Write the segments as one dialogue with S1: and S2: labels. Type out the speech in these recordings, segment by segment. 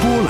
S1: 波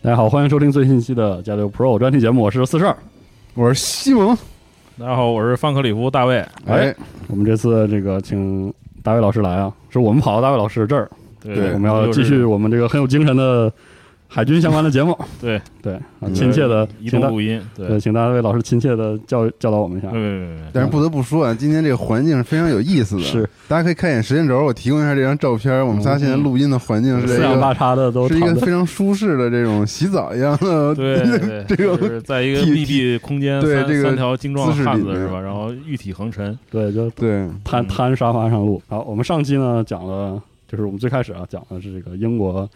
S2: 大家好，欢迎收听最新一期的《加六 Pro》专题节目，我是四十二。
S3: 我是西蒙，
S4: 大家好，我是范克里夫大卫。
S2: 哎，我们这次这个请大卫老师来啊，是我们跑到大卫老师这儿，
S4: 对
S3: 对
S2: 我们要继续我们这个很有精神的海军相关的节目。
S4: 对
S2: 对，啊亲切的
S4: 移
S2: 请
S4: 动
S2: 大
S4: 呃录音，对，
S2: 对，请大卫老师亲切的教教导我们一下
S4: 对。对
S3: 但是不得不说啊，今天这个环境是非常有意思的。
S2: 是，
S3: 大家可以看一眼时间轴，我提供一下这张照片。我们仨现在录音的环境是
S2: 四
S3: 一
S2: 仰
S4: 嗯
S2: 八
S3: 个
S2: 叉的都躺
S3: 是一个
S2: 在
S3: 非常舒适的这种洗澡一样的
S4: 对对
S3: 这
S4: 对，
S3: 个
S4: 就是在一个
S3: 体
S4: 密闭空间，
S3: 对
S4: 三
S3: 这个
S4: 三条精壮
S3: 姿势
S4: 汉
S3: 里
S4: 子
S3: 面
S4: 是吧？然后玉体横陈，
S2: 对，就
S3: 对
S2: 瘫
S4: 嗯
S2: 瘫沙发上录。好，我们上期呢讲了，就是我们最开始啊讲的是这个英国，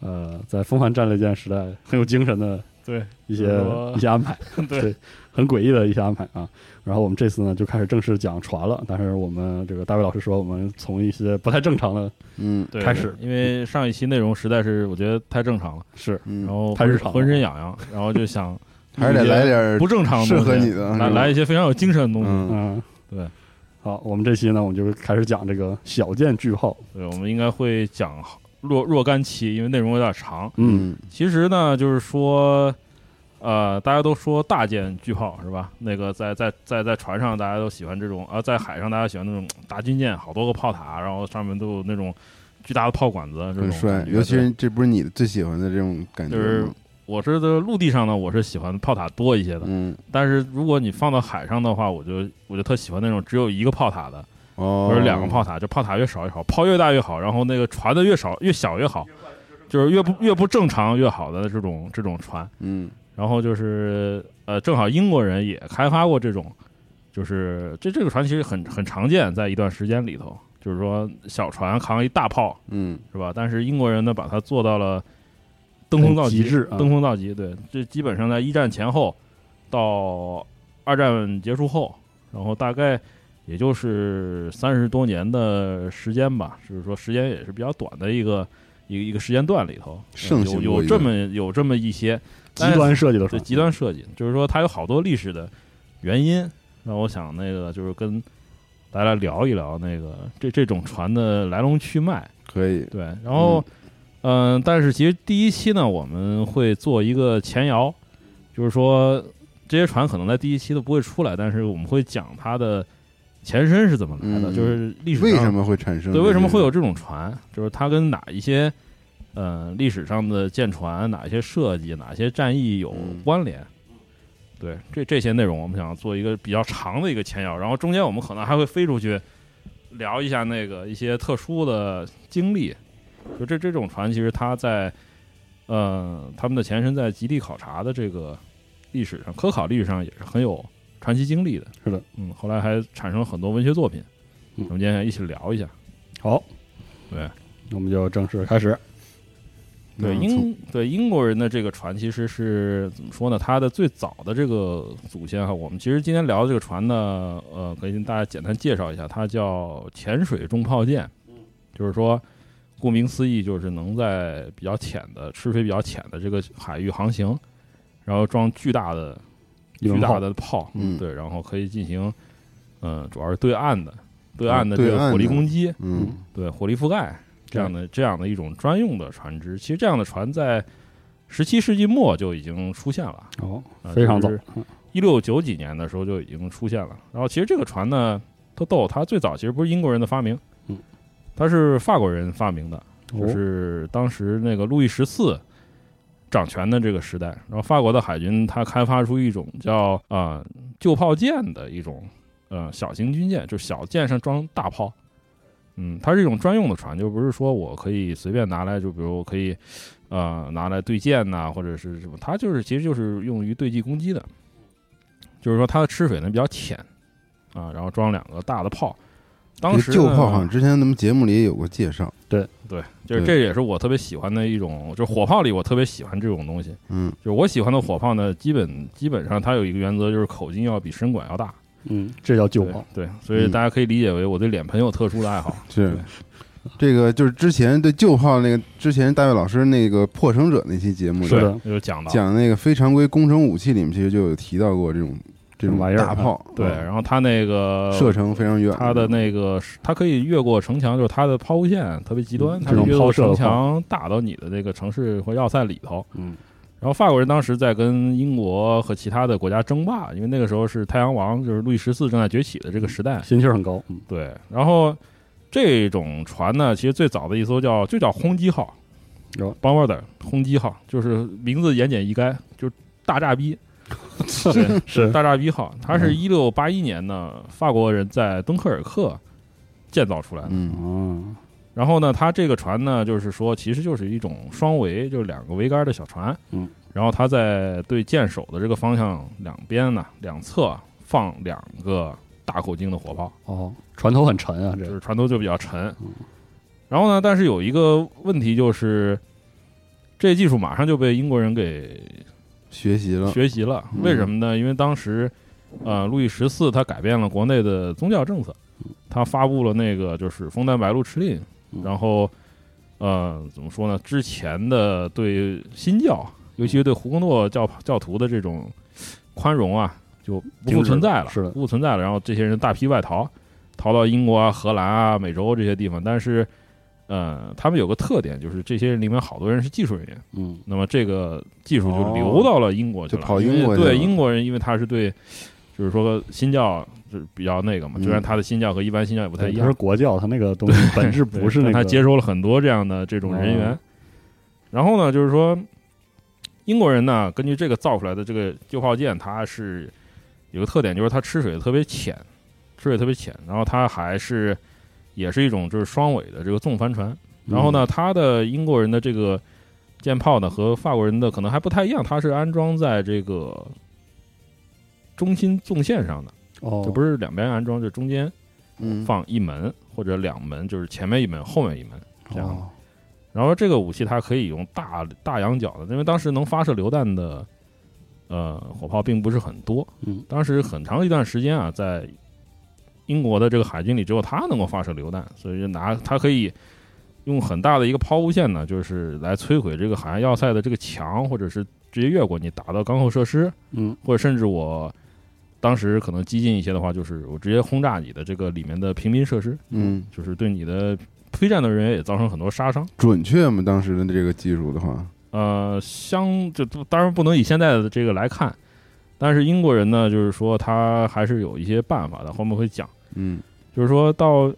S2: 呃，在风帆战列舰时代很有精神的
S4: 对
S2: 一些
S4: 很多
S2: 一些安排，
S4: 对，
S2: 很诡异的一些安排啊。然后我们这次呢就开始正式讲船了，但是我们这个大卫老师说，我们从一些不太正常的
S3: 嗯
S4: 对
S2: 开始
S4: 因为上一期内容实在是我觉得太正常了，
S2: 是
S4: 然
S3: 嗯，
S4: 后
S2: 太日常了
S4: 浑身痒痒，然后就想
S3: 还是得
S4: 录一些
S3: 来点儿
S4: 不正常的
S3: 适
S4: 东西
S3: 合你的是吧
S4: 来来一些非常有精神的东西。
S3: 嗯
S2: 嗯
S4: 对。
S2: 好，我们这期呢，我们就开始讲这个小舰巨号。
S4: 对，我们应该会讲若若干期，因为内容有点长。
S2: 嗯，
S4: 其实呢，就是说，呃，大家都说大舰巨炮是吧？那个在在在在船上，大家都喜欢这种啊、在海上大家喜欢那种大军舰，好多个炮塔，然后上面都有那种巨大的炮管子，这种
S3: 很帅
S4: 感，觉
S3: 尤其
S4: 对
S3: 是这不是你最喜欢的这种感觉
S4: 就是
S3: 吗？
S4: 我是在陆地上呢，我是喜欢炮塔多一些的，
S3: 嗯
S4: 但是如果你放到海上的话，我就我就特喜欢那种只有一个炮塔的，
S3: 哦
S4: 或，者两个炮塔，就炮塔越少越好，炮越大越好，然后那个船的越少越小越好，就是越不越不正常越好的这种这种船。
S3: 嗯
S4: 然后就是呃，正好英国人也开发过这种，就是这这个船其实很很常见，在一段时间里头，就是说小船扛一大炮
S3: 嗯
S4: 是吧？但是英国人呢，把它做到了登峰造极，
S2: 很极致啊
S4: 登峰造极。对，这基本上在一战前后到二战结束后，然后大概。也就是三十多年的时间吧，就是说时间也是比较短的一个一个一个时间段里头，
S3: 盛行
S4: 有
S3: 过
S4: 有
S3: 一
S4: 这
S3: 段
S4: 么有这么一些
S2: 极端设计的
S4: 对
S2: 船，
S4: 极端设计，就是说它有好多历史的原因。那我想那个就是跟大家聊一聊那个这这种船的来龙去脉。
S3: 可以，
S4: 对，然后嗯、呃但是其实第一期呢，我们会做一个前摇，就是说这些船可能在第一期都不会出来，但是我们会讲它的前身是怎么来的，
S3: 嗯
S4: 就是历史上
S3: 为什么会产生
S4: 对，为什么会有
S3: 这
S4: 这种船？就是它跟哪一些呃历史上的舰船、哪一些设计、哪些战役有
S3: 嗯
S4: 关联？对，这这些内容我们想做一个比较长的一个前摇，然后中间我们可能还会飞出去聊一下那个一些特殊的经历。就这这种船，其实它在呃他们的前身在极地考察的这个历史上、科考历史上也是很有传奇经历的。
S2: 是的，
S4: 嗯，后来还产生了很多文学作品。我们今天想一起聊一下。
S2: 好，
S4: 对，
S2: 那我们就正式开始。
S4: 对
S3: 嗯
S4: 英对英国人的这个船，其实是怎么说呢？他的最早的这个祖先哈，我们其实今天聊的这个船呢，呃，可以跟大家简单介绍一下，它叫潜水重炮舰，
S3: 嗯
S4: 就是说，顾名思义，就是能在比较浅的、吃水比较浅的这个海域航行，然后装巨大的
S2: 一
S4: 巨
S2: 轮
S4: 大
S2: 炮
S4: 的炮，
S3: 嗯
S4: 对，然后可以进行，嗯、主要是对岸的对岸的这
S3: 啊对岸
S4: 个
S3: 的
S4: 火力攻击，
S3: 嗯
S4: 对火力覆盖这样的这样的一种专用的船只。其实这样的船在十七世纪末就已经出现了，啊
S2: 哦，非常早，嗯
S4: 一六九几年的时候就已经出现了。然后其实这个船呢，特逗，它最早其实不是英国人的发明
S2: 嗯，
S4: 它是法国人发明的，就
S2: 哦
S4: 是当时那个路易十四掌权的这个时代，然后法国的海军它开发出一种叫啊、呃旧炮舰的一种呃小型军舰，就是小舰上装大炮。嗯，它是一种专用的船，就不是说我可以随便拿来，就比如我可以呃拿来对舰呐、或者是什么，它就是其实就是用于对地攻击的，就是说它的吃水呢比较浅啊，然后装两个大的炮。当
S3: 这
S4: 时
S3: 个旧
S4: 呢
S3: 炮好像之前咱们节目里也有过介绍，
S4: 对，就是
S3: 对
S4: 这也是我特别喜欢的一种，就是火炮里我特别喜欢这种东西。
S3: 嗯，
S4: 就是我喜欢的火炮呢，基本基本上它有一个原则，就是口径要比身管要大。
S2: 嗯，这叫旧
S4: 对
S2: 炮，
S4: 对，所以
S3: 嗯
S4: 大家可以理解为我对脸盆有特殊的 爱好。
S3: 是
S4: 对
S3: 这个就是之前对旧炮那个之前大卫老师那个破生者那期节目里
S2: 是的
S4: 对有讲到。
S3: 讲那个非常规工程武器里面其实就有提到过这种这种
S2: 玩意儿啊
S3: 大炮，嗯
S4: 对，
S2: 嗯
S4: 然后它那个
S3: 射程非常远，
S4: 它的那个是它可以越过城墙，就是它的抛物线特别极端，
S2: 嗯
S4: 它
S2: 这
S4: 是
S2: 种
S4: 越
S2: 抛
S4: 过
S2: 射的
S4: 城墙打到你的那个城市或要塞里头。
S2: 嗯，
S4: 然后法国人当时在跟英国和其他的国家争霸，因为那个时候是太阳王，就是路易十四正在崛起的这个时代。
S2: 心气儿很高，嗯，
S4: 对，然后这种船呢，其实最早的一艘叫就叫轰击号
S2: 有
S4: b o m b a r 轰击号，就是名字言简意赅，就是大炸逼，对，
S2: 是嗯
S4: 大炸逼号。它是一六八一年呢，法国人在敦刻尔克建造出来的。
S3: 嗯
S2: 嗯，
S4: 然后呢，它这个船呢，就是说其实就是一种双桅，就是两个桅杆的小船。
S2: 嗯，
S4: 然后它在对舰首的这个方向两边呢，两侧放两个大口径的火炮。
S2: 哦，船头很沉啊，这嗯
S4: 就
S2: 个
S4: 是船头就比较沉。然后呢，但是有一个问题就是，这技术马上就被英国人给
S3: 学习了，
S4: 学习了。
S3: 嗯
S4: 为什么呢？因为当时，呃，路易十四他改变了国内的宗教政策，他发布了那个就是枫丹白露敕令
S2: 嗯，
S4: 然后，呃，怎么说呢？之前的对新教，尤其是对胡格诺教教徒的这种宽容啊，就不
S2: 停
S4: 复
S2: 止
S4: 存在
S2: 了
S4: 了，
S2: 是的
S4: 不复存在了。然后这些人大批外逃，逃到英国啊、荷兰啊、美洲这些地方，但是。呃，他们有个特点，就是这些人里面好多人是技术人员，
S2: 嗯，
S4: 那么这个技术就流到了英国去
S3: 哦
S4: 了，
S3: 就跑
S4: 因为
S3: 英国去了
S4: 对英国人，因为他是对，就是说新教就是比较那个嘛，
S3: 嗯
S4: 虽然他的新教和一般新教也不太
S2: 对
S4: 一
S2: 它是
S4: 样，
S2: 国教，它那个东西本质
S4: 对
S2: 不是那
S4: 但
S2: 个
S4: 他接收了很多这样的这种人员
S2: 哦。
S4: 然后呢，就是说英国人呢，根据这个造出来的这个旧炮舰，它是有个特点，就是它吃水特别浅，吃水特别浅，然后它还是也是一种就是双尾的这个纵帆船，然后呢，它的英国人的这个舰炮呢和法国人的可能还不太一样，它是安装在这个中心纵线上的，
S2: 哦，
S4: 就不是两边安装，就中间
S3: 嗯，
S4: 放一门或者两门，就是前面一门，后面一门这样的。
S2: 哦，
S4: 然后这个武器它可以用大大仰角的，因为当时能发射榴弹的呃火炮并不是很多，
S2: 嗯，
S4: 当时很长一段时间啊，在英国的这个海军里只有它能够发射榴弹，所以就拿它可以用很大的一个抛物线呢，就是来摧毁这个海岸要塞的这个墙，或者是直接越过你打到港口设施，
S2: 嗯，
S4: 或者甚至我。当时可能激进一些的话，就是我直接轰炸你的这个里面的平民设施，
S3: 嗯，
S4: 就是对你的非战斗人员也造成很多杀伤。
S3: 准确吗？当时的这个技术的话，
S4: 呃，相就都当然不能以现在的这个来看，但是英国人呢，就是说他还是有一些办法的，后面会讲，
S3: 嗯
S4: 就是说到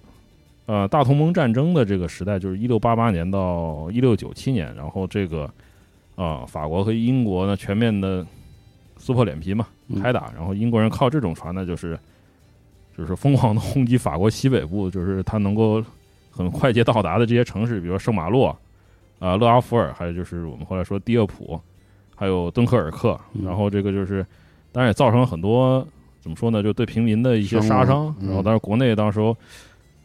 S4: 呃大同盟战争的这个时代，就是一六八八年到一六九七年，然后这个呃法国和英国呢全面的撕破脸皮嘛，
S2: 嗯
S4: 开打，然后英国人靠这种船呢，就是就是疯狂的轰击法国西北部，就是他能够很快捷到达的这些城市，比如说圣马洛、啊、勒阿弗尔，还有就是我们后来说第厄普，还有敦刻尔克，
S2: 嗯
S4: 然后这个就是，当然也造成了很多怎么说呢，就对平民的一些杀
S3: 伤
S4: 伤
S3: 亡，嗯
S4: 然后当然国内当时候。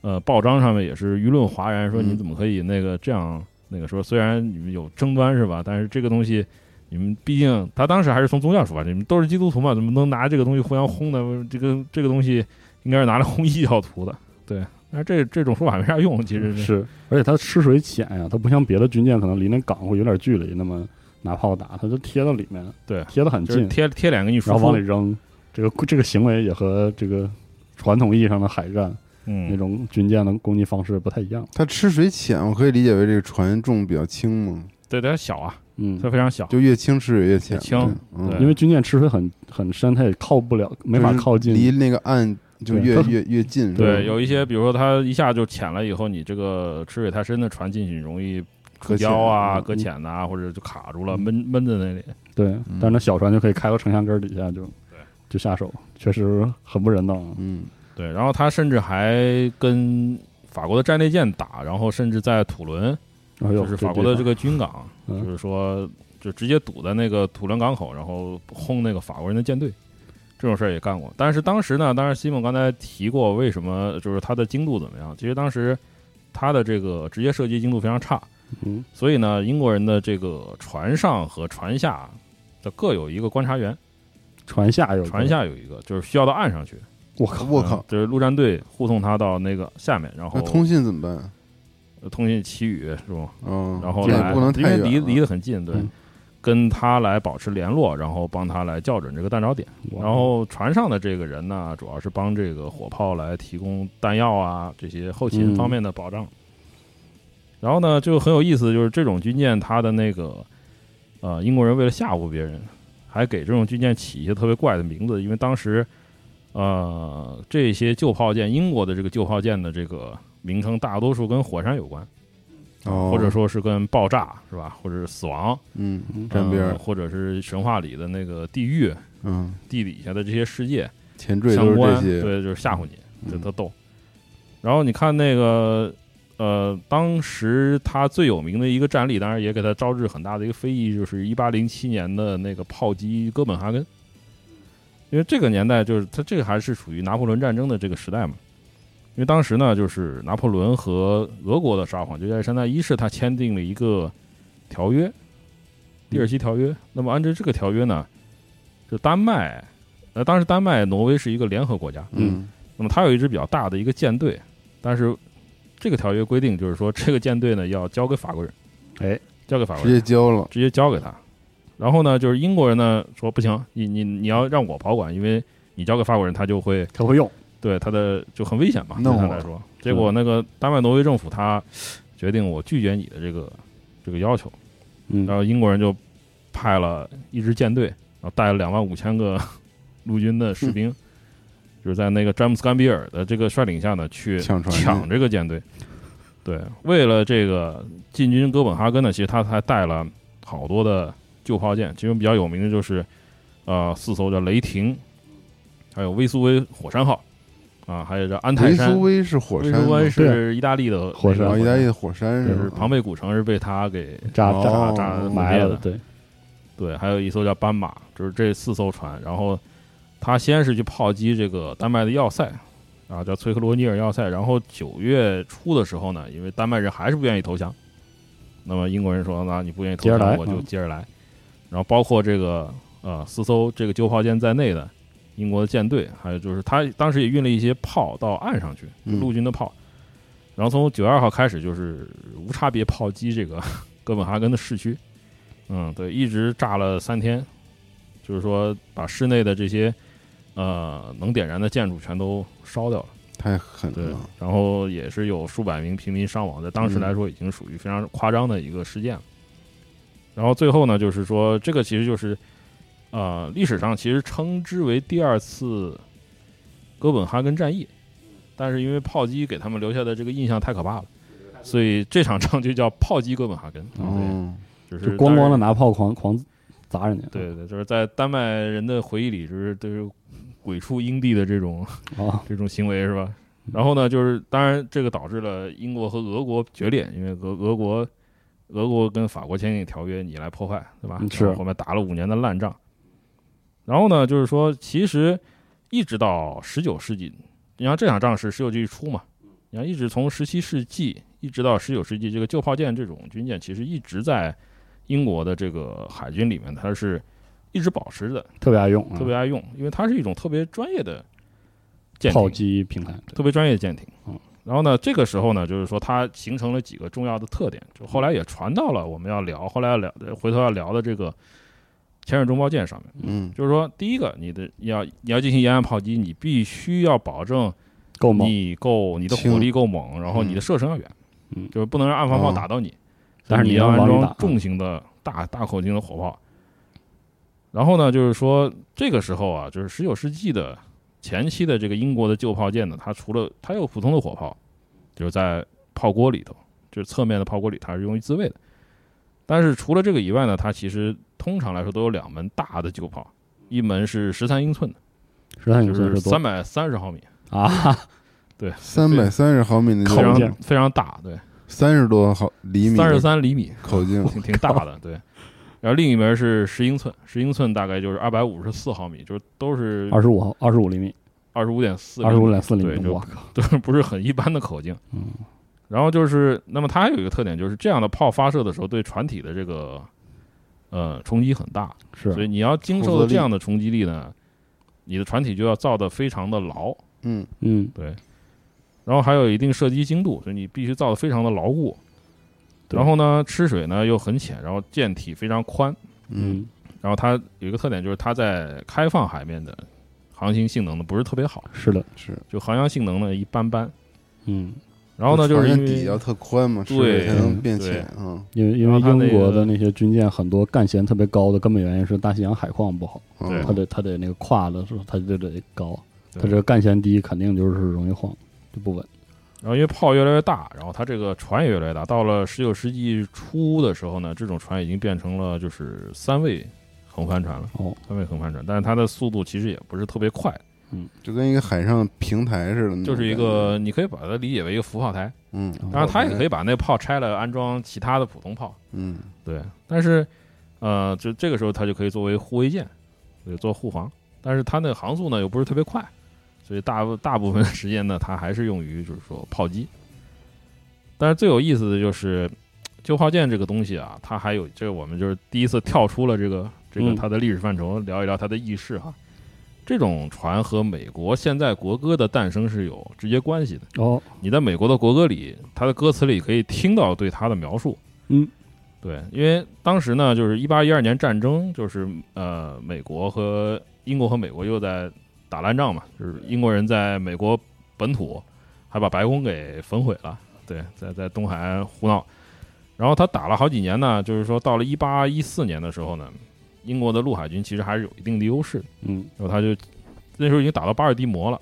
S4: 呃报章上面也是舆论哗然，说
S3: 嗯
S4: 你怎么可以那个这样那个说，虽然你们有争端是吧，但是这个东西。你们毕竟，他当时还是从宗教出发，你们都是基督徒嘛，怎么能拿这个东西互相轰呢？这个这个东西应该是拿来轰异教徒的，对。但是这这种说法没啥用，其实
S2: 嗯是，而且它吃水浅呀、它不像别的军舰可能离那港会有点距离，那么拿炮打，它就贴到里面，
S4: 对
S2: 贴得很
S4: 就是
S2: 近，
S4: 贴贴脸给你
S2: 然
S4: 说
S2: 后往里扔。这个这个行为也和这个传统意义上的海战、那
S4: 嗯，
S2: 种军舰的攻击方式不太一样。
S3: 它吃水浅，我可以理解为这个船重比较轻嘛，
S4: 对，它小啊，
S2: 嗯，
S4: 它非常小，
S3: 就越轻吃水越浅。
S4: 越轻
S3: 对嗯，
S4: 对
S2: 因为军舰吃水很很深，它也靠不了，没法靠近。
S3: 离那个岸就
S2: 对
S3: 越
S2: 它
S3: 越越近。
S4: 对，
S3: 是吧
S4: 有一些，比如说它一下就浅了以后，你这个吃水太深的船进去容易
S3: 搁浅
S4: 腰啊、
S3: 嗯
S4: 搁浅呐、或者就卡住了，
S2: 嗯
S4: 闷闷在那里。
S2: 对，
S3: 嗯
S2: 但是那小船就可以开到城墙根儿底下就就下手，确实很不人道啊。
S3: 嗯，
S4: 对，然后他甚至还跟法国的战列舰打，然后甚至在土伦，
S2: 然后
S4: 就
S2: 又
S4: 是法国的这
S2: 个
S4: 个军港，
S2: 嗯
S4: 就是说就直接堵在那个土伦港口，然后轰那个法国人的舰队。这种事儿也干过，但是当时呢，当然西蒙刚才提过，为什么就是它的精度怎么样？其实当时它的这个职业射击精度非常差，
S2: 嗯
S4: 所以呢，英国人的这个船上和船下的各有一个观察员，
S2: 船下有
S4: 船，下有一个，就是需要到岸上去。
S2: 我靠，
S3: 我靠
S4: 嗯，就是陆战队护送他到那个下面，然后
S3: 那通信怎么办？
S4: 呃通信祈雨是吧？
S3: 嗯，
S4: 然后
S3: 这
S4: 来，
S3: 也不能
S4: 因
S3: 太
S4: 为
S3: 远了，
S4: 离离得很近，对
S2: 嗯，
S4: 跟他来保持联络，然后帮他来校准这个弹着点。
S2: 哇
S4: 然后船上的这个人呢，主要是帮这个火炮来提供弹药啊这些后勤
S2: 嗯
S4: 方面的保障。然后呢，就很有意思，就是这种军舰，它的那个呃，英国人为了吓唬别人，还给这种军舰起一些特别怪的名字，因为当时呃，这些旧炮舰，英国的这个旧炮舰的这个名称，大多数跟火山有关，
S3: 哦，
S4: 或者说是跟爆炸是吧，或者是死亡，
S3: 嗯，
S2: 嗯
S3: 沾边
S4: 呃
S3: 儿，
S4: 或者是神话里的那个地狱、
S3: 嗯，
S4: 地底下的这些世界。
S3: 前缀都
S4: 相
S3: 是
S4: 关
S3: 这，些，
S4: 对，就是吓唬你，这
S3: 嗯
S4: 特逗。然后你看那个，呃，当时他最有名的一个战例，当然也给他招致很大的一个非议，就是一八零七年的那个炮击哥本哈根，因为这个年代就是他这个还是属于拿破仑战争的这个时代嘛。因为当时呢，就是拿破仑和俄国的沙皇就亚历山大一世，他签订了一个条约，第尔西条约。那么按照这个条约呢，就丹麦，呃，当时丹麦、挪威是一个联合国家，
S3: 嗯
S4: 那么它有一支比较大的一个舰队，但是这个条约规定就是说，这个舰队呢要交给法国人，
S2: 哎，
S4: 交给法国
S3: 直
S4: 人，
S3: 接交了，
S4: 直接交给他。然后呢，就是英国人呢说不行，你你你要让我保管，因为你交给法国人，他就会
S2: 他会用，
S4: 对他的就很危险嘛，对
S3: 弄
S4: 他
S3: 我
S4: 来说。结果那个丹麦挪威政府他决定我拒绝你的这个这个要求，
S2: 嗯
S4: 然后英国人就派了一支舰队，然后带了两万五千个 陆军的士兵，就是在那个詹姆斯·甘比尔的这个率领下呢，去
S3: 抢船
S4: 抢这个舰队。对，为了这个进军哥本哈根呢，其实他还带了好多的旧炮舰，其中比较有名的就是呃四艘叫雷霆，还有威苏威火山号啊，还有这安泰
S3: 维
S4: 山。
S3: 苏威是火
S4: 威
S3: 山
S4: 苏
S3: 吗，
S4: 威是
S2: 对
S4: 意大利的
S2: 火山
S4: 那
S3: 哦，
S4: 个
S3: 意大利的火山
S4: 就是是
S3: 吧
S4: 庞贝古城是被他给
S2: 炸炸
S3: 哦
S4: 炸
S2: 埋
S4: 灭
S2: 了，
S4: 的
S2: 对，
S4: 对，还有一艘叫斑马，就是这四艘船。然后他先是去炮击这个丹麦的要塞，啊，叫崔克罗尼尔要塞。然后九月初的时候呢，因为丹麦人还是不愿意投降，那么英国人说，那你不愿意投
S2: 接着
S4: 降，
S2: 来
S4: 我就
S2: 嗯
S4: 接着来。然后包括这个呃四艘这个旧炮舰在内的英国的舰队，还有就是他当时也运了一些炮到岸上去，
S3: 嗯
S4: 陆军的炮。然后从九月二号开始就是无差别炮击这个 哥本哈根的市区，嗯，对，一直炸了三天，就是说把室内的这些呃能点燃的建筑全都烧掉了。
S3: 太狠
S4: 对
S3: 了，，哦
S4: 然后也是有数百名平民伤亡，在当
S3: 嗯
S4: 时来说已经属于非常夸张的一个事件了。然后最后呢，就是说这个其实就是呃历史上其实称之为第二次哥本哈根战役，但是因为炮击给他们留下的这个印象太可怕了，所以这场仗就叫炮击哥本哈根，
S3: 哦，
S4: 对，就是
S2: 就咣咣
S4: 当
S2: 的
S4: 时
S2: 拿炮狂狂砸人家，
S4: 对对，就是在丹麦人的回忆里，就是就是鬼畜英帝的这种
S2: 啊，
S4: 这种行为是吧？然后呢，就是当然这个导致了英国和俄国决裂，因为俄俄国俄国跟法国签订条约，你来破坏，对吧？
S2: 嗯是
S4: 然后后面打了五年的烂仗。然后呢，就是说，其实一直到十九世纪，你看这场仗是十九世纪初嘛，你看，一直从十七世纪一直到十九世纪，这个旧炮舰这种军舰其实一直在英国的这个海军里面，它是一直保持的，
S2: 特别爱用啊，
S4: 特别爱用，因为它是一种特别专业的舰
S2: 炮
S4: 艇，
S2: 击平台，
S4: 特别专业的舰艇。
S2: 嗯，
S4: 然后呢，这个时候呢，就是说它形成了几个重要的特点，就后来也传到了我们要聊，后来要聊，回头要聊的这个潜水中包舰上面。
S3: 嗯
S4: 就是说，第一个，你的你要你要进行沿岸炮击，你必须要保证
S2: 够猛，
S4: 你够你的
S3: 轻
S4: 火力够猛，然后你的射程要远，
S2: 嗯
S4: 就是不能让暗防炮
S3: 哦
S4: 打到你，
S2: 但是
S4: 你
S2: 你
S4: 要
S2: 要
S4: 安
S2: 往里打
S4: 装重型的大大口径的火炮。然后呢，就是说这个时候啊，就是十九世纪的前期的这个英国的旧炮舰呢，它除了它有普通的火炮，就是在炮锅里头，就是侧面的炮锅里，它是用于自卫的。但是除了这个以外呢，它其实通常来说都有两门大的旧炮，一门是十三英寸的，
S2: 十三
S4: 就
S2: 英寸
S4: 是
S2: 是
S4: 三
S2: 多
S4: 百三十毫米，
S2: 啊？
S3: 三百三十毫米的
S4: 非
S2: 口
S4: 常
S2: 径
S4: 非常大，对，
S3: 三十多毫厘米，
S4: 三十三厘米，
S3: 口 径，
S4: 挺挺大的，对。然后另一门是十英寸，十英寸大概就是二百五十四毫米，就是都是
S2: 二十五毫二十五厘米，
S4: 二十五点四，
S2: 二十五点四厘
S4: 对
S2: 米，
S4: 就
S2: 我靠，
S4: 都是不是很一般的口径。
S2: 嗯，
S4: 然后就是，那么它还有一个特点，就是这样的炮发射的时候对船体的这个呃冲击很大，所
S2: 是啊
S4: 以你要经
S3: 负
S4: 受
S3: 荷
S4: 的
S3: 力
S4: 这样的冲击力呢，你的船体就要造的非常的牢，
S3: 嗯，
S2: 嗯，
S4: 然后还有一定射击精度，所以你必须造的非常的牢固。
S2: 对
S4: 然后呢，吃水呢又很浅，然后舰体非常宽。
S2: 嗯，
S4: 然后它有一个特点就是它在开放海面的航行性能呢不是特别好，
S2: 是的，
S3: 是。
S4: 就航洋性能呢一般般。
S2: 嗯，
S4: 然后呢，就是
S3: 船
S4: 因
S3: 上底要
S4: 为
S3: 特宽嘛，是
S4: 对
S3: 才能变
S4: 对
S3: 浅啊。
S2: 因为因
S4: 然
S2: 为
S4: 后它那
S2: 英国的
S4: 个
S2: 那些军舰很多干舷特别高的，根本原因是大西洋海况不好，
S3: 嗯
S4: 对
S2: 它得它得那个跨的时候它就得高，它
S4: 对
S2: 这个干舷低肯定就是容易晃，就不稳。
S4: 然后因为炮越来越大，然后它这个船也越来越大。到了十九世纪初的时候呢，这种船已经变成了就是三位横帆船了，
S2: 哦，
S4: 三位横帆船，但是它的速度其实也不是特别快，
S3: 就跟一个海上平台似的那种感觉，
S4: 就是一个你可以把它理解为一个浮炮台，
S3: 嗯，
S4: 当然它也可
S3: 以，
S4: 以把那炮拆了安装其他的普通炮。
S3: 嗯，
S4: 对，但是呃，就这个时候它就可以作为护卫舰，对，做护航。但是它那个航速呢又不是特别快，所以大部大部分时间呢，它还是用于就是说炮击。但是最有意思的就是旧炮舰这个东西啊，它还有这个我们就是第一次跳出了这个这个
S2: 嗯
S4: 它的历史范畴，聊一聊它的轶事哈。这种船和美国现在国歌的诞生是有直接关系的。
S2: 哦，
S4: 你在美国的国歌里，它的歌词里可以听到对它的描述。
S2: 嗯，
S4: 对，因为当时呢，就是一八一二年战争，就是呃，美国和英国和美国又在打烂仗嘛，就是英国人在美国本土还把白宫给焚毁了，对，在在东海岸胡闹。然后他打了好几年呢，就是说到了一八一四年的时候呢，英国的陆海军其实还是有一定的优势，
S2: 嗯
S4: 然后他就那时候已经打到巴尔的摩了。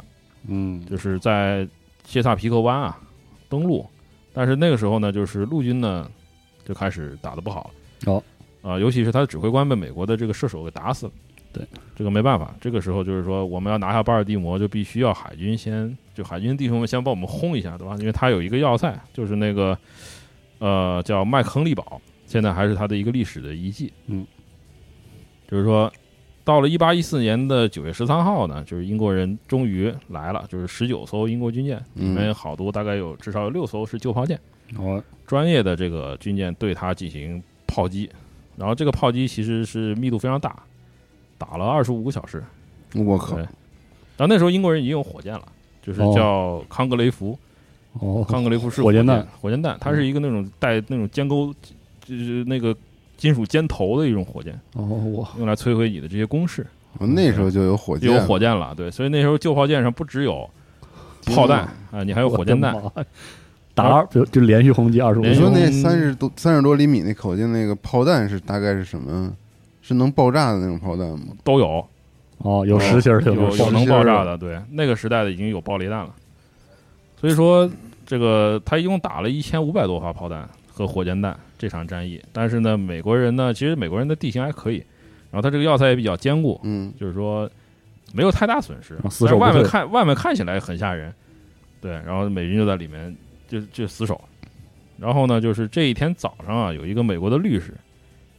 S2: 嗯，
S4: 就是在切萨皮克湾啊登陆，但是那个时候呢，就是陆军呢就开始打得不好了。
S2: 哦，
S4: 啊、尤其是他的指挥官被美国的这个射手给打死了。
S2: 对，
S4: 这个没办法。这个时候就是说，我们要拿下巴尔的摩，就必须要海军先，就海军弟兄们先帮我们轰一下，对吧？因为他有一个要塞，就是那个呃叫麦克亨利堡，现在还是他的一个历史的遗迹。
S2: 嗯，
S4: 就是说到了一八一四年的九月十三号呢，就是英国人终于来了，就是十九艘英国军舰，里
S3: 嗯
S4: 面有好多大概有至少有六艘是旧炮舰，
S2: 哦，
S4: 专业的这个军舰对它进行炮击，然后这个炮击其实是密度非常大，打了二十五个小时，
S3: 我靠
S4: 对，然后那时候英国人已经有火箭了，就是
S2: 哦
S4: 叫康格雷夫，
S2: 哦，
S4: 康格雷夫式
S2: 火箭
S4: 箭
S2: 弹，嗯
S4: 火箭弹，它是一个那种带那种尖钩，就是那个金属尖头的一种火箭，
S2: 哦，我
S4: 用来摧毁你的这些工事。
S3: 我那时候就有火箭，
S4: 有火箭了，对，所以那时候旧炮舰上不只有
S3: 天哪
S4: 炮弹啊，你还有火箭弹，，
S2: 我的妈呀打二就就连续轰击二十五，
S4: 连
S3: 你
S4: 续
S3: 说那
S4: 嗯
S3: 三十多三十多厘米那口径那个炮弹是大概是什么？是能爆炸的那种炮弹吗？
S4: 都有，
S2: 哦，有实心儿的，
S4: 有
S2: 有
S4: 有
S2: 爆
S4: 能
S3: 是
S4: 爆炸的，对，那个时代的已经有爆雷弹了，所以说这个他一共打了一千五百多发炮弹和火箭弹这场战役，但是呢，美国人呢，其实美国人的地形还可以，然后他这个要塞也比较坚固，
S3: 嗯，
S4: 就是说没有太大损失，
S2: 啊死
S4: 但是
S2: 守不
S4: 外面
S2: 退
S4: 看外面看起来很吓人，对，然后美军就在里面就就死守，然后呢，就是这一天早上啊，有一个美国的律师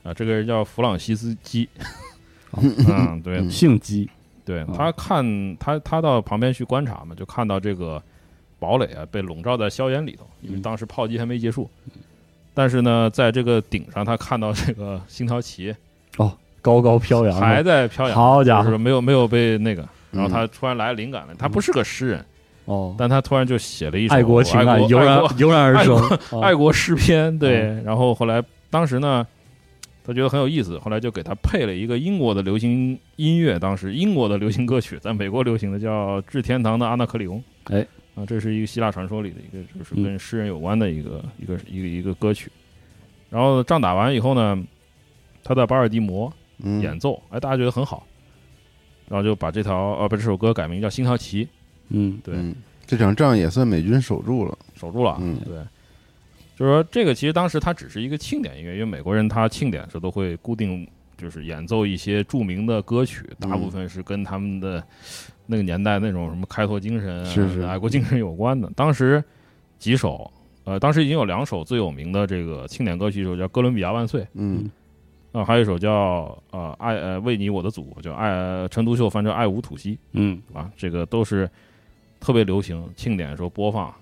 S4: 啊，这个人叫弗朗西斯基，
S2: 哦
S4: 嗯，对
S2: 性机，
S4: 对
S2: 嗯，
S4: 他看他他到旁边去观察嘛，就看到这个堡垒啊被笼罩在硝烟里头，因为
S2: 嗯
S4: 当时炮击还没结束。但是呢，在这个顶上，他看到这个星条旗
S2: 高高飘扬，
S4: 还在飘扬，
S2: 好家
S4: 就
S2: 伙
S4: 是，没有没有被那个。然后
S3: 嗯
S4: 他突然来灵感了，他不是个诗人，
S2: 哦，
S4: 但他突然就写了一首
S2: 爱国情
S4: 爱
S2: 感
S4: 国
S2: 油然嗯
S4: 爱国
S2: 油然而生，哦
S4: 爱
S2: 国
S4: 国诗篇，对。然后后来当时呢，他觉得很有意思，后来就给他配了一个英国的流行音乐，当时英国的流行歌曲在美国流行的叫《致天堂的阿纳克里翁》。
S2: 哎，
S4: 啊，这是一个希腊传说里的一个，就是
S2: 嗯
S4: 跟诗人有关的一个、一个一个一个歌曲。然后仗打完以后呢，他在巴尔的摩
S3: 嗯，
S4: 演奏，哎，大家觉得很好，然后就把这条呃不这首歌改名叫《星条旗》，
S2: 嗯
S4: 对
S3: 嗯，这场仗也算美军守住了。
S4: 守住了。
S3: 嗯
S4: 对，就是说这个其实当时它只是一个庆典音乐，因为美国人他庆典的时候都会固定就是演奏一些著名的歌曲，
S3: 嗯
S4: 大部分是跟他们的那个年代那种什么开拓精神、啊、
S3: 是是
S4: 爱国精神有关的。当时几首。呃，当时已经有两首最有名的这个庆典歌曲，一首叫《哥伦比亚万岁》，
S3: 嗯
S4: 啊、还有一首叫呃爱呃为你我的祖，叫爱呃陈独秀翻成爱无土息，
S2: 嗯
S4: 啊，这个都是特别流行，庆典的时候播放。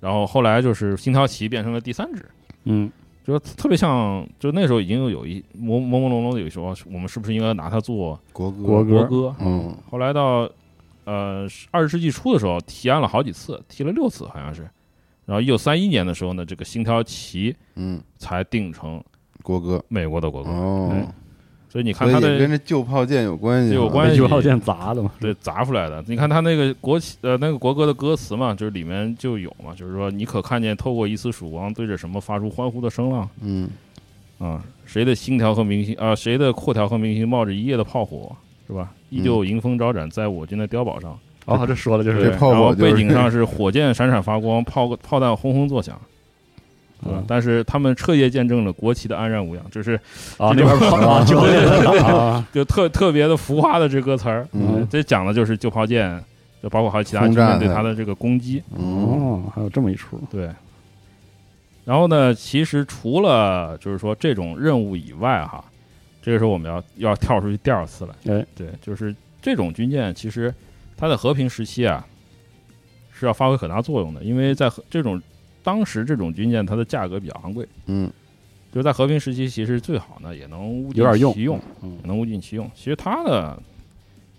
S4: 然后后来就是星条旗变成了第三支，
S2: 嗯
S4: 就是特别像，就那时候已经有一朦朦朦胧胧的有说，我们是不是应该拿它做
S3: 国歌，
S2: 国歌
S4: 国歌？
S3: 嗯，
S4: 后来到呃二十世纪初的时候，提案了好几次，提了六次好像是。然后一九三一年的时候呢，这个星条旗
S3: 嗯，
S4: 才定成
S3: 国歌。
S4: 美国的国歌。
S3: 哦，
S4: 所以你看
S3: 所以
S4: 它
S3: 也
S4: 的
S3: 跟这旧炮舰有关系啊，
S4: 有关
S2: 被
S4: 系
S2: 九号舰砸的嘛，
S3: 嗯
S4: 对砸出来的，你看它那个国旗呃那个国歌的歌词嘛，就是里面就有嘛，就是说你可看见透过一丝曙光，对着什么发出欢呼的声浪。
S3: 嗯，
S4: 啊，谁的心条和明星啊，谁的阔条和明星冒着一夜的炮火，是吧？依
S3: 嗯
S4: 旧迎风招展在我军的碉堡上。
S2: 哦，这说的就是
S4: 对
S3: 这炮火
S4: 然后
S3: 就是
S4: 背景上是火箭闪闪发光，炮炮弹轰轰作响。
S3: 啊
S4: 对吧
S2: 嗯
S4: 但是他们彻夜见证了国旗的安然无恙， 就是
S2: 啊，那边跑啊，九号舰啊，
S4: 就特特别的浮夸的这歌词儿。
S3: 嗯
S2: 嗯
S4: 这讲的就是旧炮舰，就包括还有其他
S3: 轰
S4: 军
S3: 炸
S4: 队对
S3: 它
S4: 它的这个攻击。
S3: 嗯
S2: 哦，还有这么一出，
S4: 对。然后呢，其实除了就是说这种任务以外，哈，这个时候我们要要跳出去第二次来。
S2: 哎，
S4: 对，就是这种军舰，其实它在和平时期啊是要发挥很大作用的，因为在和这种当时这种军舰，它的价格比较昂贵，
S3: 嗯
S4: 就是在和平时期，其实最好呢也能物尽
S2: 有点用
S4: 其用，
S2: 嗯
S4: 也能物尽其用。其实它的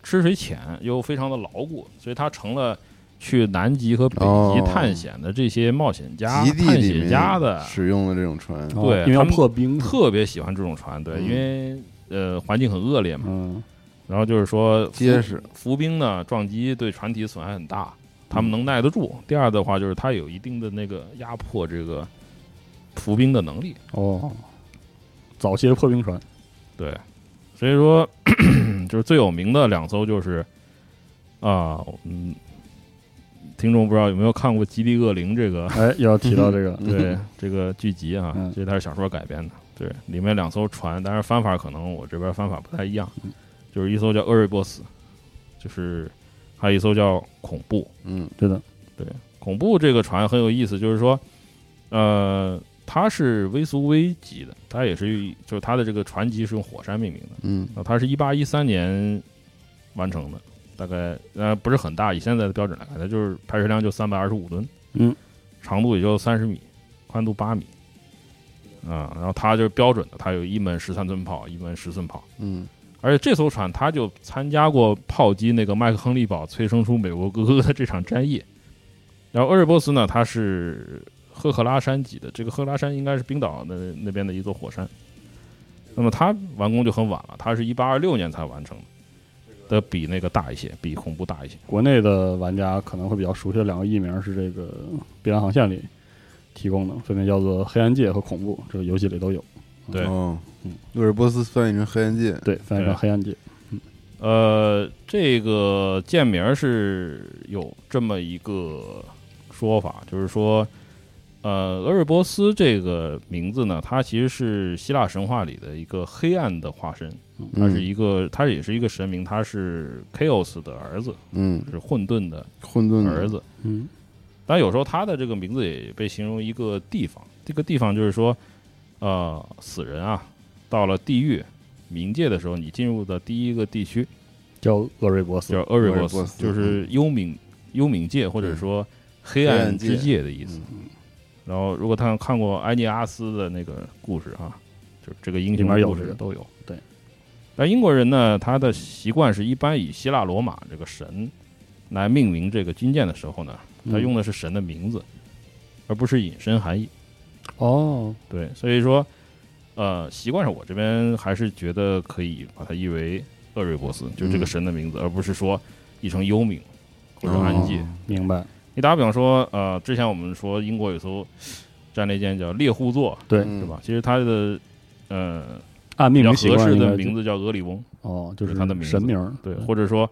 S4: 吃水浅又非常的牢固，所以它成了去南极和北极
S3: 哦
S4: 探险的这些冒险家、
S3: 极地
S4: 探
S3: 里
S4: 险
S3: 面
S4: 家的
S3: 使用的这种船，
S2: 哦
S4: 对
S2: 因为要
S4: 他们
S2: 破冰，
S4: 特别喜欢这种船队，
S3: 嗯
S4: 因为呃环境很恶劣嘛。
S2: 嗯
S4: 然后就是说伏
S3: 结实，
S4: 伏兵呢撞击对船体损害很大，他
S3: 嗯
S4: 们能耐得住。第二的话就是它有一定的那个压迫这个伏兵的能力。
S2: 哦，早期的破冰船，
S4: 对，所以说 就是最有名的两艘就是啊，嗯，听众不知道有没有看过《基地恶灵》这 个
S2: 哎，又要提到这个，
S3: 嗯
S4: 对这个剧集啊
S2: 嗯，
S4: 其实它是小说改编的，对，里面两艘船，但是翻法可能我这边翻法不太一样，就是一艘叫厄瑞波斯，就是还有一艘叫恐怖，
S3: 嗯
S2: 对的，
S4: 恐怖这个船很有意思，就是说，呃，它是威苏威级的，它也是就是它的这个船级是用火山命名的。
S3: 嗯
S4: 啊，它是一八一三年完成的，大概呃不是很大，以现在的标准来看，它就是排水量就三百二十五吨，
S2: 嗯，
S4: 长度也就三十米，宽度八米，啊，然后它就是标准的，它有一门十三寸炮，一门十寸炮，
S3: 嗯，
S4: 而且这艘船它就参加过炮击那个麦克亨利堡催生出美国哥哥的这场战役，然后厄尔波斯呢，它是赫克拉山级的，这个赫克拉山应该是冰岛那那边的一座火山。那么它完工就很晚了，它是一八二六年才完成的，的比那个大一些，比恐怖大一些。
S2: 国内的玩家可能会比较熟悉的两个译名是这个《碧蓝航线》里提供的，分别叫做《黑暗界》和《恐怖》，这个游戏里都有。
S4: 对
S3: 哦
S2: 嗯，
S3: 鄂尔波斯翻译成黑暗界，
S2: 对，翻译成《
S4: 对
S2: 黑暗界》。
S4: 呃，这个舰名儿是有这么一个说法，就是说，呃，俄瑞波斯这个名字呢，它其实是希腊神话里的一个黑暗的化身，它是
S3: 嗯
S4: 一个，它也是一个神明，它是 Chaos 的儿子，
S3: 嗯，
S4: 是混沌的
S3: 混沌的
S4: 儿，子。
S2: 嗯
S4: 但有时候它的这个名字也被形容一个地方，这个地方就是说，呃，死人啊，到了地狱冥界的时候，你进入的第一个地区。，
S2: 叫厄瑞博斯
S4: 叫。厄瑞
S3: 厄瑞
S4: 波
S3: 波
S2: 嗯
S4: 斯，
S3: 斯
S4: 就是幽冥幽冥界，或者说黑暗之
S3: 黑暗
S4: 界的意思。
S2: 嗯
S4: 然后，如果他看过埃尼阿斯的那个故事啊，就是这个英
S2: 里
S4: 雄
S2: 面有
S4: 故
S2: 这
S4: 事
S2: 个都有，对，
S4: 但英国人呢，他的习惯是一般以希腊罗马这个神来命名这个军舰的时候呢，
S2: 嗯
S4: 他用的是神的名字，而不是引申含义。
S2: 哦，
S4: 对，所以说，呃，习惯上我这边还是觉得可以把它译为厄瑞波斯，就是这个
S3: 嗯
S4: 神的名字，而不是说译成幽冥或者安寂。
S3: 哦
S2: 明白，
S4: 你打个比方说，呃，之前我们说英国有艘战列舰叫猎户座，
S2: 对，
S3: 嗯
S4: 是吧？其实它的呃
S2: 按
S4: 比
S2: 命
S4: 较
S2: 名习
S4: 合
S2: 惯
S4: 适
S2: 应
S4: 的
S2: 该就
S4: 名字叫俄里翁，
S2: 哦，就是
S4: 是他的名字
S2: 神名儿，
S4: 对，或者说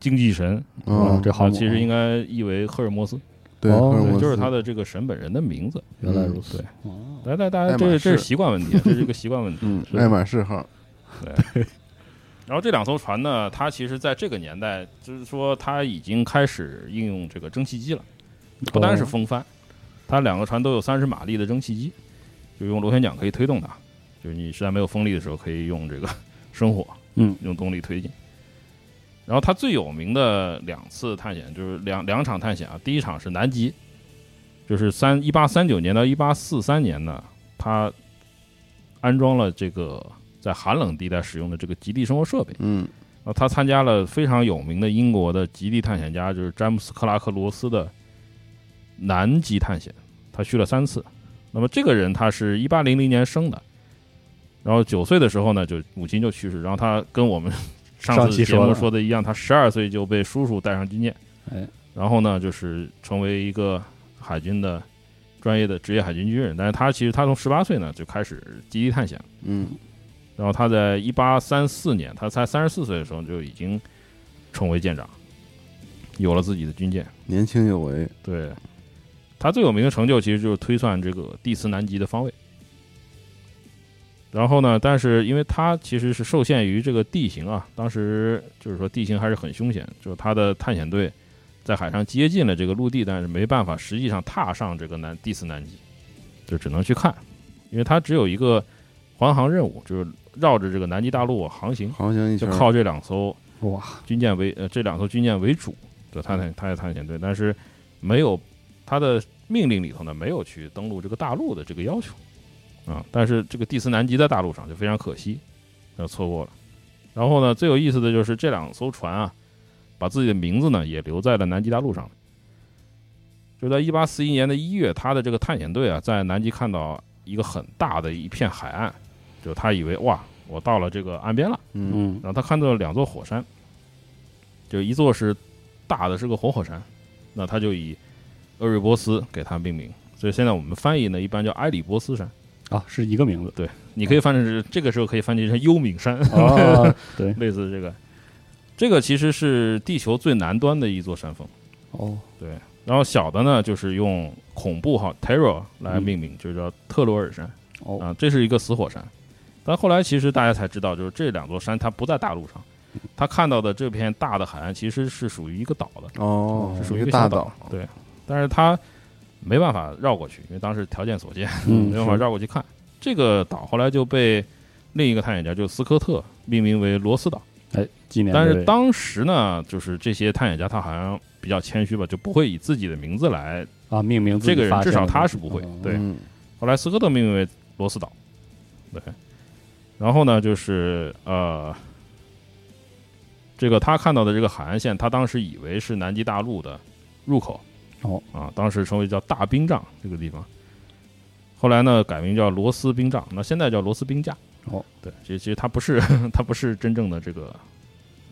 S4: 经济神，
S2: 哦
S3: 嗯，，
S2: 这航
S4: 啊
S2: 母
S4: 其实应
S2: 该
S4: 该译为赫尔墨斯，
S3: 对，
S2: 哦
S3: 赫尔
S4: 对
S3: 墨斯
S4: 就是他的这个神本人的名字。
S2: 原来如此，
S4: 对，
S2: 哦，
S4: 来来，大
S3: 爱
S4: 家
S3: 马
S4: 这是这是
S3: 仕
S4: 习惯问题，啊这是一个习惯问题。
S3: 嗯，
S4: 是
S3: 爱马仕号，
S4: 然后这两艘船呢，它其实在这个年代，就是说它已经开始应用这个蒸汽机了，不单是
S2: 哦
S4: 风帆，它两个船都有三十马力的蒸汽机，就用螺旋桨可以推动它，就是你实在没有风力的时候，可以用这个生火，
S2: 嗯，
S4: 用动力推进。然后它最有名的两次探险就是两两场探险啊，第一场是南极，就是三一八三九年到一八四三年呢，它安装了这个在寒冷地带使用的这个极地生活设备。
S3: 嗯
S4: 啊，他参加了非常有名的英国的极地探险家，就是詹姆斯·克拉克·罗斯的南极探险，他去了三次。那么这个人他是一八零零年生的，然后九岁的时候呢，就母亲就去世，然后他跟我们上
S2: 上
S4: 次
S2: 期
S4: 节
S2: 说
S4: 目
S2: 的
S4: 说的一样，他十二岁就被叔叔带上军舰，
S2: 哎，
S4: 然后呢，就是成为一个海军的专业的职业海军军人，但是他其实他从十八岁呢就开始极地探险。
S3: 嗯
S4: 然后他在一八三四年，他才三十四岁的时候就已经成为舰长，有了自己的军舰。
S3: 年轻有为，
S4: 对，他最有名的成就其实就是推算这个地磁南极的方位。然后呢，但是因为他其实是受限于这个地形啊，当时就是说地形还是很凶险，就是他的探险队在海上接近了这个陆地，但是没办法实际上踏上这个南地磁南极，就只能去看，因为他只有一个环航任务，就是绕着这个南极大陆航行，
S3: 航行一
S4: 就
S3: 圈儿，
S4: 靠这两艘
S2: 哇，
S4: 军舰为呃这两艘军舰为主的探险探探险队，但是没有他的命令里头呢没有去登陆这个大陆的这个要求啊，但是这个第四南极在大陆上就非常可惜，呃错过了。然后呢，最有意思的就是这两艘船啊，把自己的名字呢也留在了南极大陆上。就在一八四一年的一月，他的这个探险队啊，在南极看到一个很大的一片海岸，就他以为哇，我到了这个岸边了。
S3: 嗯
S2: 嗯，
S4: 然后他看到了两座火山，就一座是大的是个活火山，那他就以厄瑞波斯给它命名，所以现在我们翻译呢一般叫埃里波斯山，
S2: 啊，是一个名字，
S4: 你可以翻成是这个时候可以翻译成幽冥山，
S2: 哦，对，
S4: 类似这个，这个其实是地球最南端的一座山峰，
S2: 哦，
S4: 对，然后小的呢就是用恐怖号 terror 来命名，就叫特罗尔山
S2: 嗯哦，
S4: 啊，这是一个死火山。但后来其实大家才知道，就是这两座山它不在大陆上，他看到的这片大的海岸其实是属于一个岛的，
S3: 哦，
S4: 是属于
S3: 一
S4: 一
S3: 个
S4: 个
S3: 大
S4: 小
S3: 岛，
S4: 对，但是他没办法绕过去，因为当时条件所限，
S2: 嗯
S4: 没办法
S2: 是
S4: 绕过去看。这个岛后来就被另一个探险家，就是斯科特，命名为罗斯岛。
S2: 哎，纪念
S4: 但
S2: 这
S4: 是
S2: 位
S4: 当时呢，就是这些探险家他好像比较谦虚吧，就不会以自己的名字来。
S2: 啊，命名自己
S4: 这个人
S2: 发
S4: 至
S2: 现
S4: 少
S2: 的
S4: 他
S2: 东
S4: 是
S2: 西
S4: 不会
S2: 嗯
S4: 对
S3: 嗯
S4: 后来斯科特命名为罗斯岛，对。然后呢，就是呃，这个他看到的这个海岸线，他当时以为是南极大陆的入口，
S2: 哦
S4: 啊，当时称为叫大冰杖这个地方。后来呢，改名叫罗斯冰杖，那现在叫罗斯冰架。
S2: 哦，
S4: 对，其实其实它不是 它不是真正的这个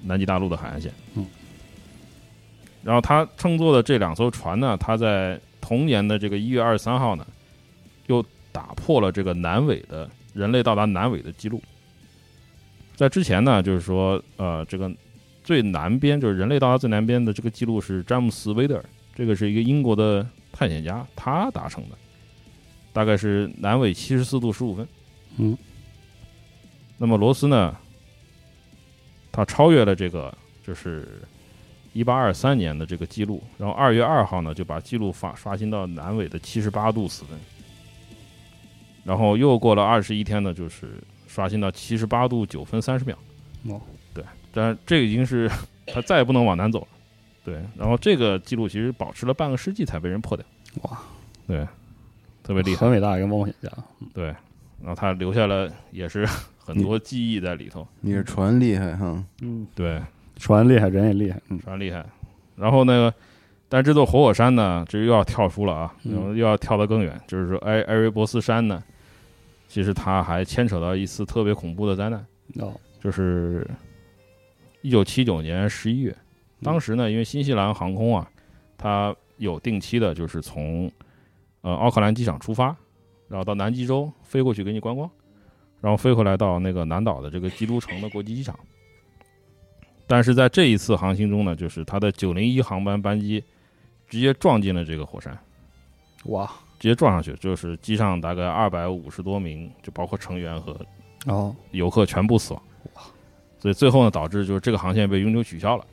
S4: 南极大陆的海岸线。
S2: 嗯。
S4: 然后他乘坐的这两艘船呢，他在同年的这个一月二十三号呢，又打破了这个南纬的人类到达南纬的记录。在之前呢，就是说，呃，这个最南边就是人类到达最南边的这个记录是詹姆斯·威德尔，这个是一个英国的探险家他达成的，大概是南纬七十四度十五分。
S2: 嗯，
S4: 那么罗斯呢，他超越了这个就是一八二三年的这个记录，然后二月二号呢就把记录发刷新到南纬的七十八度四分，然后又过了二十一天呢，就是刷新到七十八度九分三十秒。
S2: 哦，
S4: 对，但是这已经是他再也不能往南走了。对，然后这个记录其实保持了半个世纪才被人破掉，
S2: 哇，
S4: 对，特别厉害，
S2: 很伟大一个冒险家。
S4: 对，然后他留下了也是很多记忆在里头，
S3: 你是船厉害哈，
S2: 嗯，
S4: 对，
S2: 船厉害，人也厉害。嗯，
S4: 非常厉害。然后呢，但是这座活火山呢，这又要跳出了啊，
S2: 嗯
S4: 然后又要跳得更远，就是说埃埃瑞博斯山呢，其实它还牵扯到一次特别恐怖的灾难，
S2: 哦，
S4: 就是一九七九年十一月，当时呢，因为新西兰航空啊，它有定期的，就是从呃奥克兰机场出发，然后到南极洲飞过去给你观光，然后飞回来到那个南岛的这个基督城的国际机场。但是在这一次航行中呢，就是它的九零一航班班机直接撞进了这个火山，
S2: 哇，
S4: 直接撞上去，就是机上大概二百五十多名，就包括成员和
S2: 哦，
S4: 游客全部死亡。所以最后呢，导致就是这个航线被永久取消了。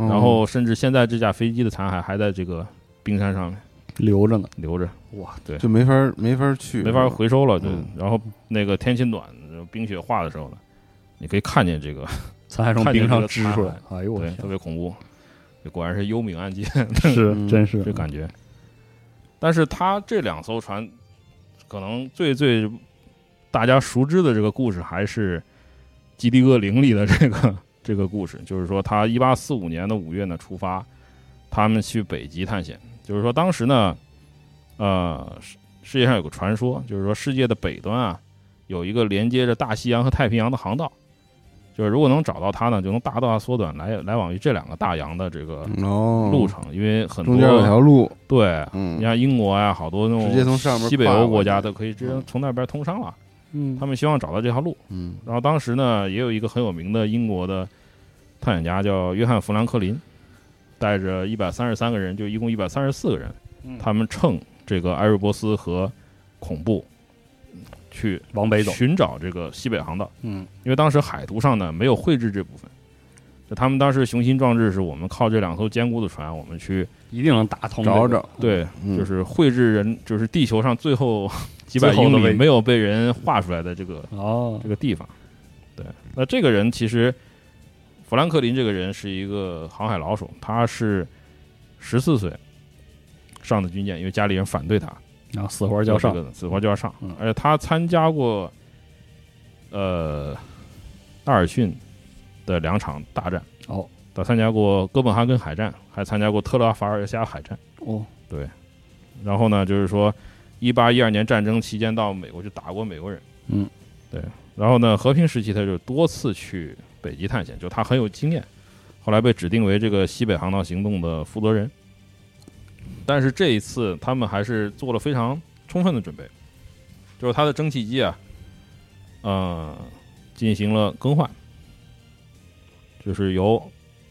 S3: 嗯
S4: 然后甚至现在这架飞机的残骸还在这个冰山上面
S2: 留着呢。
S4: 留着，
S2: 哇，
S3: 就没法没法去，
S4: 没法回收了。对
S3: 嗯，
S4: 然后那个天气暖、冰雪化的时候呢，你可以看见这个，
S2: 残骸从
S4: 看见
S2: 冰
S4: 这
S2: 上
S4: 个
S2: 支
S4: 残
S2: 出
S4: 骸
S2: 来，哎呦我
S4: 对，
S2: 天
S4: 特， 别恐怖。这果然是幽冥案件，
S2: 是
S3: 嗯
S2: 真是
S4: 这感觉。但是它这两艘船，可能最最大家熟知的这个故事，还是《基地恶灵》里的这个这个故事，就是说他一八四五年的五月呢出发，他们去北极探险。就是说当时呢，呃，世世界上有个传说，就是说世界的北端啊，有一个连接着大西洋和太平洋的航道。就是如果能找到它呢，就能大大缩短来来往于这两个大洋的这个
S3: 哦，
S4: 路程，因为很多
S3: 中间有条路，
S4: 对，
S3: 嗯
S4: 你像英国呀、好多那种
S3: 直接从上面
S4: 西北
S3: 跨过
S4: 欧
S3: 去
S4: 国家都可以直接
S3: 嗯
S4: 从那边通商了。
S2: 嗯
S4: 他们希望找到这条路。
S3: 嗯
S4: 然后当时呢，也有一个很有名的英国的探险家叫约翰·富兰克林，带着一百三十三个人，就一共一百三十四个人，
S3: 嗯
S4: 他们乘这个埃瑞波斯和恐怖去
S2: 往北走。
S4: 寻找这个西北航道。
S2: 嗯，
S4: 因为当时海图上呢没有绘制这部分，就他们当时雄心壮志是我们靠这两艘坚固的船，我们去
S2: 一定能打通这
S3: 找
S2: 个。
S3: 找，
S4: 对，
S3: 嗯
S4: 就是绘制人，就是地球上 最后几百
S2: 最后的
S4: 英
S2: 位
S4: 里
S2: 置
S4: 没有被人画出来的这个
S2: 哦
S4: 这，个地方。对，那这个人其实，富兰克林这个人是一个航海老手，他是十四岁上的军舰，因为家里人反对他，
S2: 然后死活叫上
S4: 这。个死活就要上
S2: 嗯，
S4: 而且他参加过呃纳尔逊的两场大战，
S2: 哦
S4: 他参加过哥本哈根海战，还参加过特拉法尔峡海战。
S2: 哦，
S4: 然后呢，就是说，一八一二年战争期间到美国去打过美国人，
S2: 嗯，
S4: 对。然后呢，和平时期他就多次去北极探险，就他很有经验。后来被指定为这个西北航道行动的负责人。但是这一次，他们还是做了非常充分的准备，就是他的蒸汽机啊，呃，进行了更换，就是由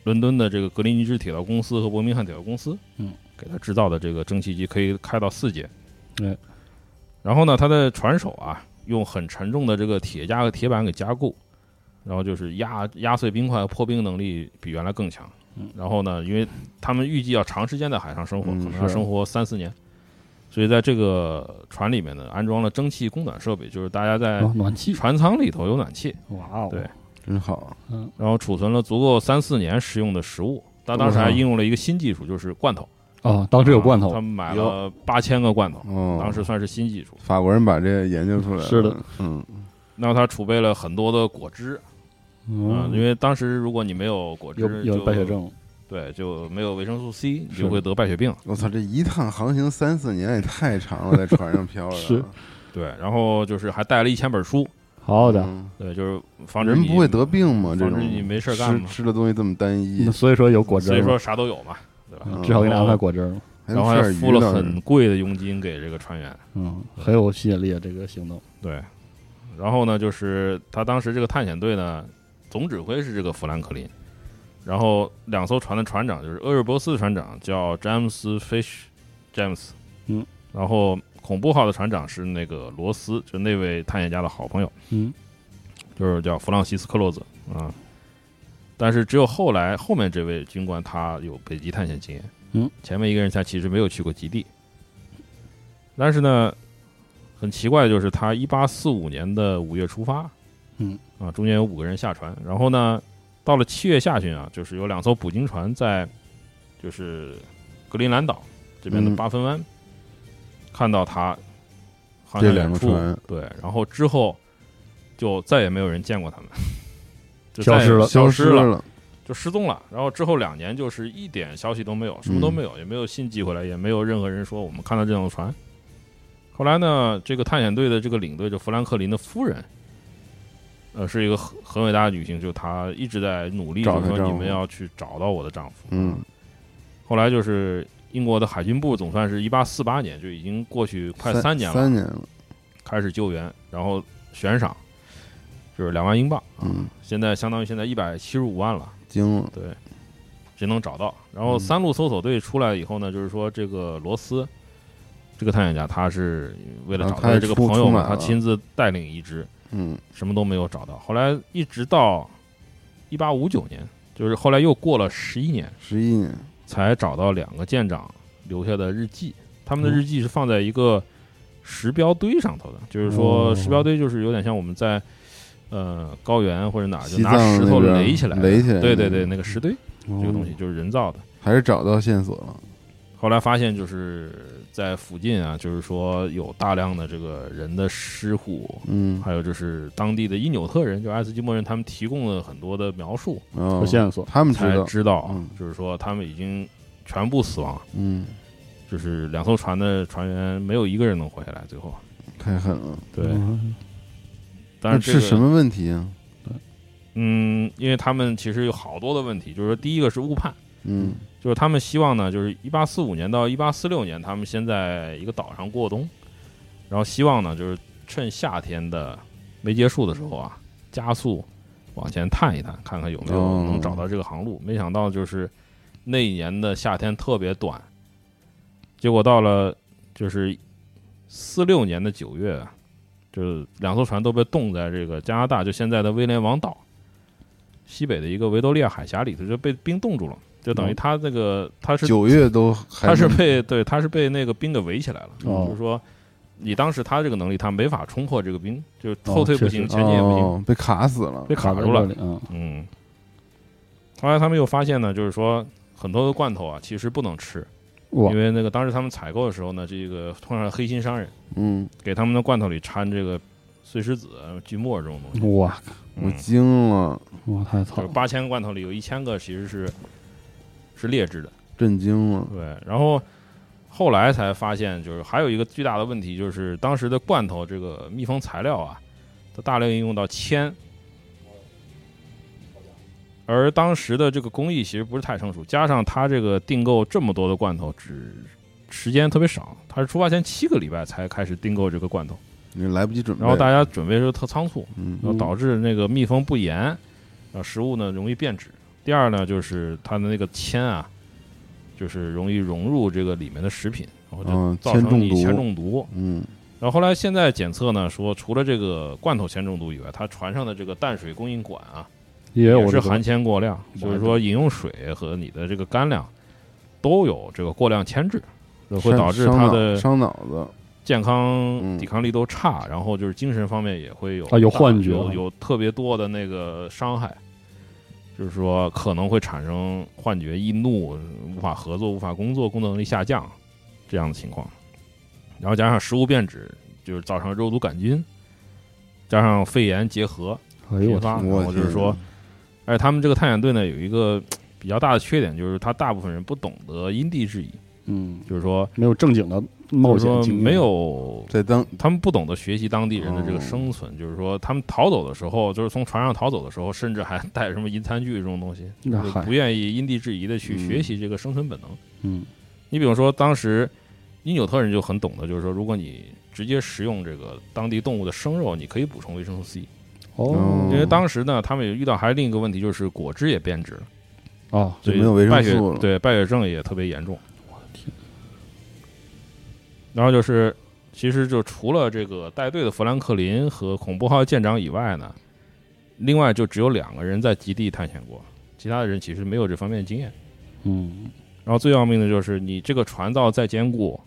S4: 伦敦的这个格林尼治铁道公司和伯明翰铁道公司，
S2: 嗯，
S4: 给他制造的这个蒸汽机可以开到四节，
S2: 哎，
S4: 然后呢，他的船首啊，用很沉重的这个铁架和铁板给加固，然后就是压压碎冰块、破冰能力比原来更强
S2: 嗯。
S4: 然后呢，因为他们预计要长时间在海上生活，
S3: 嗯
S4: 可能要
S2: 是
S4: 生活三四年，所以在这个船里面呢，安装了蒸汽供暖设备，就是大家在
S2: 哦暖气。
S4: 船舱里头有暖气，
S2: 哇哦，
S4: 嗯对
S3: 真好，
S4: 然后储存了足够三四年食用的食物。但当时还应用了一个新技术，就是罐头。
S2: 哦，当时哦有罐
S4: 啊
S2: 头
S4: 他。们买了
S3: 有
S4: 八千个罐头，
S3: 哦，
S4: 当时算是新技术。
S3: 法国人把这研究出来了，
S2: 是的，
S3: 嗯，
S4: 那他储备了很多的果汁，嗯，因
S2: 嗯，
S4: 为当时如果你没有果汁，
S2: 有有
S4: 就
S2: 败血，症。
S4: 对，就没有维生素 C，你
S2: 是
S4: 就会得败血病。
S3: 我操，这一趟航行三四年也太长了，在啊船上 漂着，
S2: 是
S4: 对，然后就是还带了一千本书，
S2: 好的，
S3: 嗯
S4: 对，就是防止
S3: 人
S4: 你
S3: 不会得病吗？这
S4: 防
S3: 种
S4: 止你没事干
S3: 吃
S4: 嘛，
S3: 吃的东西这么单一
S2: 那，所以说有果汁
S4: 所以哦
S2: 儿
S4: 说
S2: 嘛，
S4: 啥都有嘛，对吧？
S3: 嗯
S2: 至少给你安排果汁儿嘛。
S3: 还
S4: 然后
S3: 能
S4: 还
S3: 吃点
S4: 付
S3: 鱼
S4: 了
S3: 倒是
S4: 很贵的佣金给这个船员，
S2: 嗯，很有吸引力啊，这个行动。
S4: 对。然后呢，就是他当时这个探险队呢，总指挥是这个富兰克林，然后两艘船的船长就是厄瑞博斯船长叫詹姆斯·菲什，詹姆斯，
S2: 嗯，
S4: 然后恐怖号的船长是那个罗斯，就那位探险家的好朋友，
S2: 嗯，
S4: 就是叫弗朗西斯科洛兹啊。但是只有后来后面这位军官他有北极探险经验，
S2: 嗯，
S4: 前面一个人他其实没有去过极地，但是呢，很奇怪的就是他一八四五年的五月出发，
S2: 嗯，
S4: 啊，中间有五个人下船，然后呢，到了七月下旬啊，就是有两艘捕鲸船在就是格陵兰岛这边的
S3: 嗯
S4: 八分湾，看到他航
S3: 这
S4: 向
S3: 两
S4: 远
S3: 个
S4: 处，
S3: 船
S4: 对，然后之后就再也没有人见过他们，就
S2: 消
S4: 再也
S2: 失了
S4: 消
S3: 失
S4: 失了，
S3: 了，
S4: 就失踪了。然后之后两年就是一点消息都没有，什么都没有，也没有信寄回来，也没有任何人说我们看到这艘船。后来呢，这个探险队的这个领队就富兰克林的夫人，呃，是一个很很伟大的女性，就她一直在努力，
S3: 找
S4: 就
S3: 她
S4: 说
S3: 丈夫
S4: 你们要去找到我的丈夫。
S3: 嗯，
S4: 后来就是英国的海军部总算是一八四八年就已经过去快
S3: 三
S4: 年了，
S3: 三年了，
S4: 开始救援，然后悬赏就是两万英镑，
S3: 嗯，
S4: 现在相当于现在一百七十五万了。
S3: 惊了，
S4: 谁能找到。然后
S3: 嗯
S4: 三路搜索队出来以后呢，就是说这个罗斯，这个探险家，他是为了
S3: 啊
S4: 找
S3: 他
S4: 他的这个
S3: 出
S4: 朋友
S3: 出马了
S4: 嘛，他亲自带领一支，
S3: 嗯，
S4: 什么都没有找到。后来一直到一八五九年，就是后来又过了十一年，
S3: 十一年，
S4: 才找到两个舰长留下的日记。他
S3: 嗯
S4: 们的日记是放在一个石标堆上头的，就是说
S2: 哦
S4: 石标堆就是有点像我们在呃高原或者哪儿就
S3: 西
S4: 拿
S3: 藏
S4: 石头
S3: 那边
S4: 垒起来的，
S3: 垒嗯哦起来的
S4: 对对对，那个石堆
S2: 这
S4: 这个东西就是人造的。
S3: 还是找到线索了，
S4: 后来发现就是在附近啊，就是说有大量的这个人的尸骨，
S3: 嗯，
S4: 还有就是当地的因纽特人，就爱斯基摩人，他们提供了很多的描述，
S3: 哦
S2: 有，线索，
S3: 他们知
S4: 才
S3: 道，
S4: 知道
S3: 嗯
S4: 就是说他们已经全部死亡，
S3: 嗯，
S4: 就是两艘船的船员没有一个人能活下来，最后。
S3: 太狠了，
S4: 对，
S2: 嗯
S4: 但
S3: 那
S4: 是这个
S3: 是什？么问题啊？
S4: 嗯，因为他们其实有好多的问题，就是说第一个是误判，
S3: 嗯
S4: 就是他们希望呢，就是一八四五年到一八四六年，他们先在一个岛上过冬，然后希望呢，就是趁夏天的没结束的时候啊，加速往前探一探，看看有没有
S3: 哦
S4: 能找到这个航路。没想到就是那一年的夏天特别短，结果到了就是四六年的九月，就是两艘船都被冻在这个加拿大，就现在的威廉王岛西北的一个维多利亚海峡里头，就被冰冻住了，就
S2: 嗯
S4: 等于它这个它是
S3: 九月都还
S4: 它是被对它是被那个冰给围起来了，
S2: 哦
S4: 就是说你当时他这个能力，他没法冲破这个冰，就是
S2: 哦
S4: 后退不
S2: 确
S4: 行，
S2: 实
S4: 前进也不行，
S3: 哦，被卡死了
S4: 被，卡
S2: 在
S4: 住了
S2: 这。里啊，
S4: 嗯，后来他们又发现呢，就是说很多的罐头啊，其实不能吃，
S2: 哇
S4: 因，为那个当时他们采购的时候呢，这个碰上黑心商人
S3: 嗯，
S4: 给他们的罐头里掺这个碎石子、锯末这种东西，
S2: 哇
S3: 我
S4: 嗯
S3: 惊了，
S2: 哇，太惨
S4: 就是
S2: 了，
S4: 八千个罐头里有一千个其实是是劣质的。
S3: 震惊了，
S4: 对，然后后来才发现，就是还有一个巨大的问题，就是当时的罐头这个密封材料啊，它大量应用到铅，而当时的这个工艺其实不是太成熟，加上它这个订购这么多的罐头，只时间特别少，它是出发前七个礼拜才开始订购这个罐头，
S3: 你来不及准备，
S4: 然后大家准备的时候特仓促，
S3: 嗯
S4: 然后导致那个密封不严，然后食物呢容易变质。第二呢，就是它的那个铅啊，就是容易融入这个里面的食品，然后就
S3: 嗯
S4: 造成
S3: 铅
S4: 你
S3: 中毒
S4: 铅中毒。
S3: 嗯
S4: 然后后来现在检测呢，说除了这个罐头铅中毒以外，它船上的这个淡水供应管啊，
S2: 也有
S4: 也是
S2: 这个
S4: 含铅过量，就是说饮用水和你的这个干粮都有这个过量铅质，会导致
S3: 伤
S4: 它
S3: 脑
S4: 的
S3: 伤脑子，
S4: 健
S3: 嗯
S4: 康抵抗力都差，然后就是精神方面也会有
S2: 啊有
S4: 大
S2: 幻觉
S4: 有有特别多的那个伤害，就是说可能会产生幻觉、易怒、无法合作、无法工作、工作能力下降这样的情况，然后加上食物变质，就是造成肉毒杆菌，加上肺炎结核
S2: 哎呦
S4: 频
S2: 我天
S4: 发，然
S3: 我
S4: 后就
S3: 天
S4: 是说，而且他们这个探险队呢有一个比较大的缺点，就是他大部分人不懂得因地制宜，
S2: 嗯，
S4: 就是说
S2: 没有正经的冒
S4: 就是
S2: 险
S4: 说
S2: 经历，
S4: 没有
S3: 在当
S4: 他们不懂得学习当地人的
S2: 哦
S4: 这个生存，就是说他们逃走的时候，就是从船上逃走的时候，甚至还带什么银餐具这种东西，
S2: 那
S4: 就
S2: 嗨
S4: 不愿意因地制宜的去学习这个生存本能。
S2: 嗯
S4: 你比如说，当时因纽特人就很懂得，就是说，如果你直接食用这个当地动物的生肉，你可以补充维生素 C。
S2: 哦
S3: 嗯
S4: 因为当时呢，他们也遇到还另一个问题，就是果汁也变质了，
S2: 啊，
S4: 所以
S3: 没有维生
S4: 败血
S3: 素了
S4: 对败血症也特别严重。
S2: 我的天，
S4: 然后就是，其实就除了这个带队的弗兰克林和恐怖号舰长以外呢，另外就只有两个人在极地探险过，其他的人其实没有这方面经验。
S2: 嗯
S4: 然后最要命的就是，你这个船造再坚固，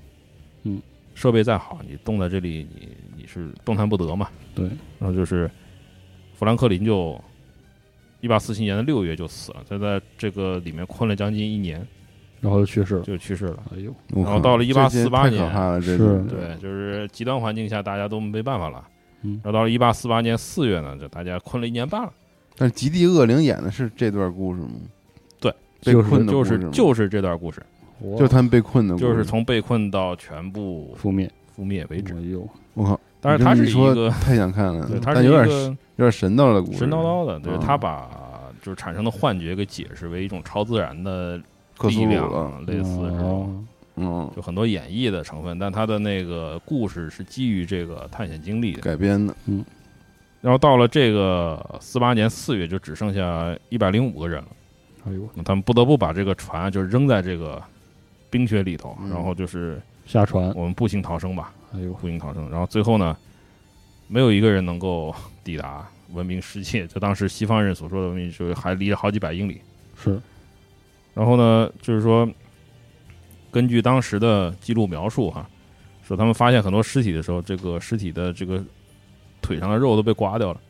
S2: 嗯，
S4: 设备再好，你冻在这里，你你是动弹不得嘛。
S2: 对，
S4: 然后就是弗兰克林就一八四七年的六月就死了，他在这个里面困了将近一年。
S2: 然后就去世了。
S4: 就去世了。
S2: 哎呦，
S3: 我
S4: 然
S3: 靠
S4: 后到了
S3: 这些
S4: 1848
S3: 太可
S4: 年
S3: 怕了，这
S2: 是
S3: 是
S4: 对，就是极端环境下大家都没办法了。
S2: 嗯
S4: 然后到了一八四八年四月呢，就大家困了一年半了。
S3: 但是《极地恶灵》演的是这段故事吗？
S4: 对，
S3: 被
S2: 就是
S3: 困的
S4: 就
S3: 故事
S4: 是
S3: 吗
S4: 就是这段故事，
S2: 我
S3: 就是他们被困的故事，
S4: 就是从被困到全部
S2: 覆灭，
S4: 覆灭为止。
S2: 哎呦，
S3: 我靠！
S4: 但是它
S3: 你
S4: 是
S3: 这
S4: 一
S3: 么一说，
S4: 个
S3: 太想看了
S4: 对，，它
S3: 但
S4: 是一
S3: 有点
S4: 个
S3: 有点神叨的故事，
S4: 神叨叨的，对
S3: 嗯
S4: 他把就是产生的幻觉给解释为一种超自然的
S3: 克苏
S4: 力
S3: 鲁
S4: 量
S3: 了，，
S4: 啊类似这种，
S2: 哦
S3: 嗯，
S4: 就很多演绎的成分，但他的那个故事是基于这个探险经历的。
S3: 改编
S2: 哦
S3: 的，
S4: 然后到了这个四八年四月，就只剩下一百零五个人了。
S2: 哎呦，
S4: 那他们不得不把这个船就扔在这个冰雪里头，
S3: 嗯
S4: 然后就是
S2: 下船，
S4: 我们步行逃生吧，
S2: 哎呦，
S4: 步行逃生。然后最后呢，没有一个人能够 抵达文明世界，就当时西方人所说的文明，就是还离了好几百英里。
S2: 是
S4: 然后呢，就是说，根据当时的记录描述哈，说他们发现很多尸体的时候，这个尸体的这个腿上的肉都被刮掉了。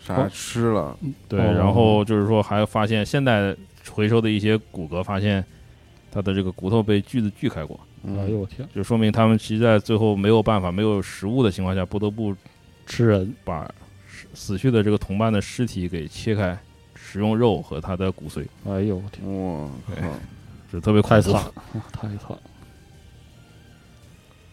S3: 啥吃了，
S4: 对，
S2: 哦
S4: 然后就是说还发现现在回收的一些骨骼，发现它的这个骨头被锯子锯开过，
S2: 哎
S3: 嗯，
S2: 呦我天，
S4: 就说明他们其实在最后没有办法、没有食物的情况下，不得不
S2: 吃人，
S4: 把死死去的这个同伴的尸体给切开，食用肉和他的骨髓，
S2: 哎呦我天，
S3: 嗯哇靠！
S4: 是特别恐
S2: 太
S4: 怖
S2: 惨。了，哇太惨了，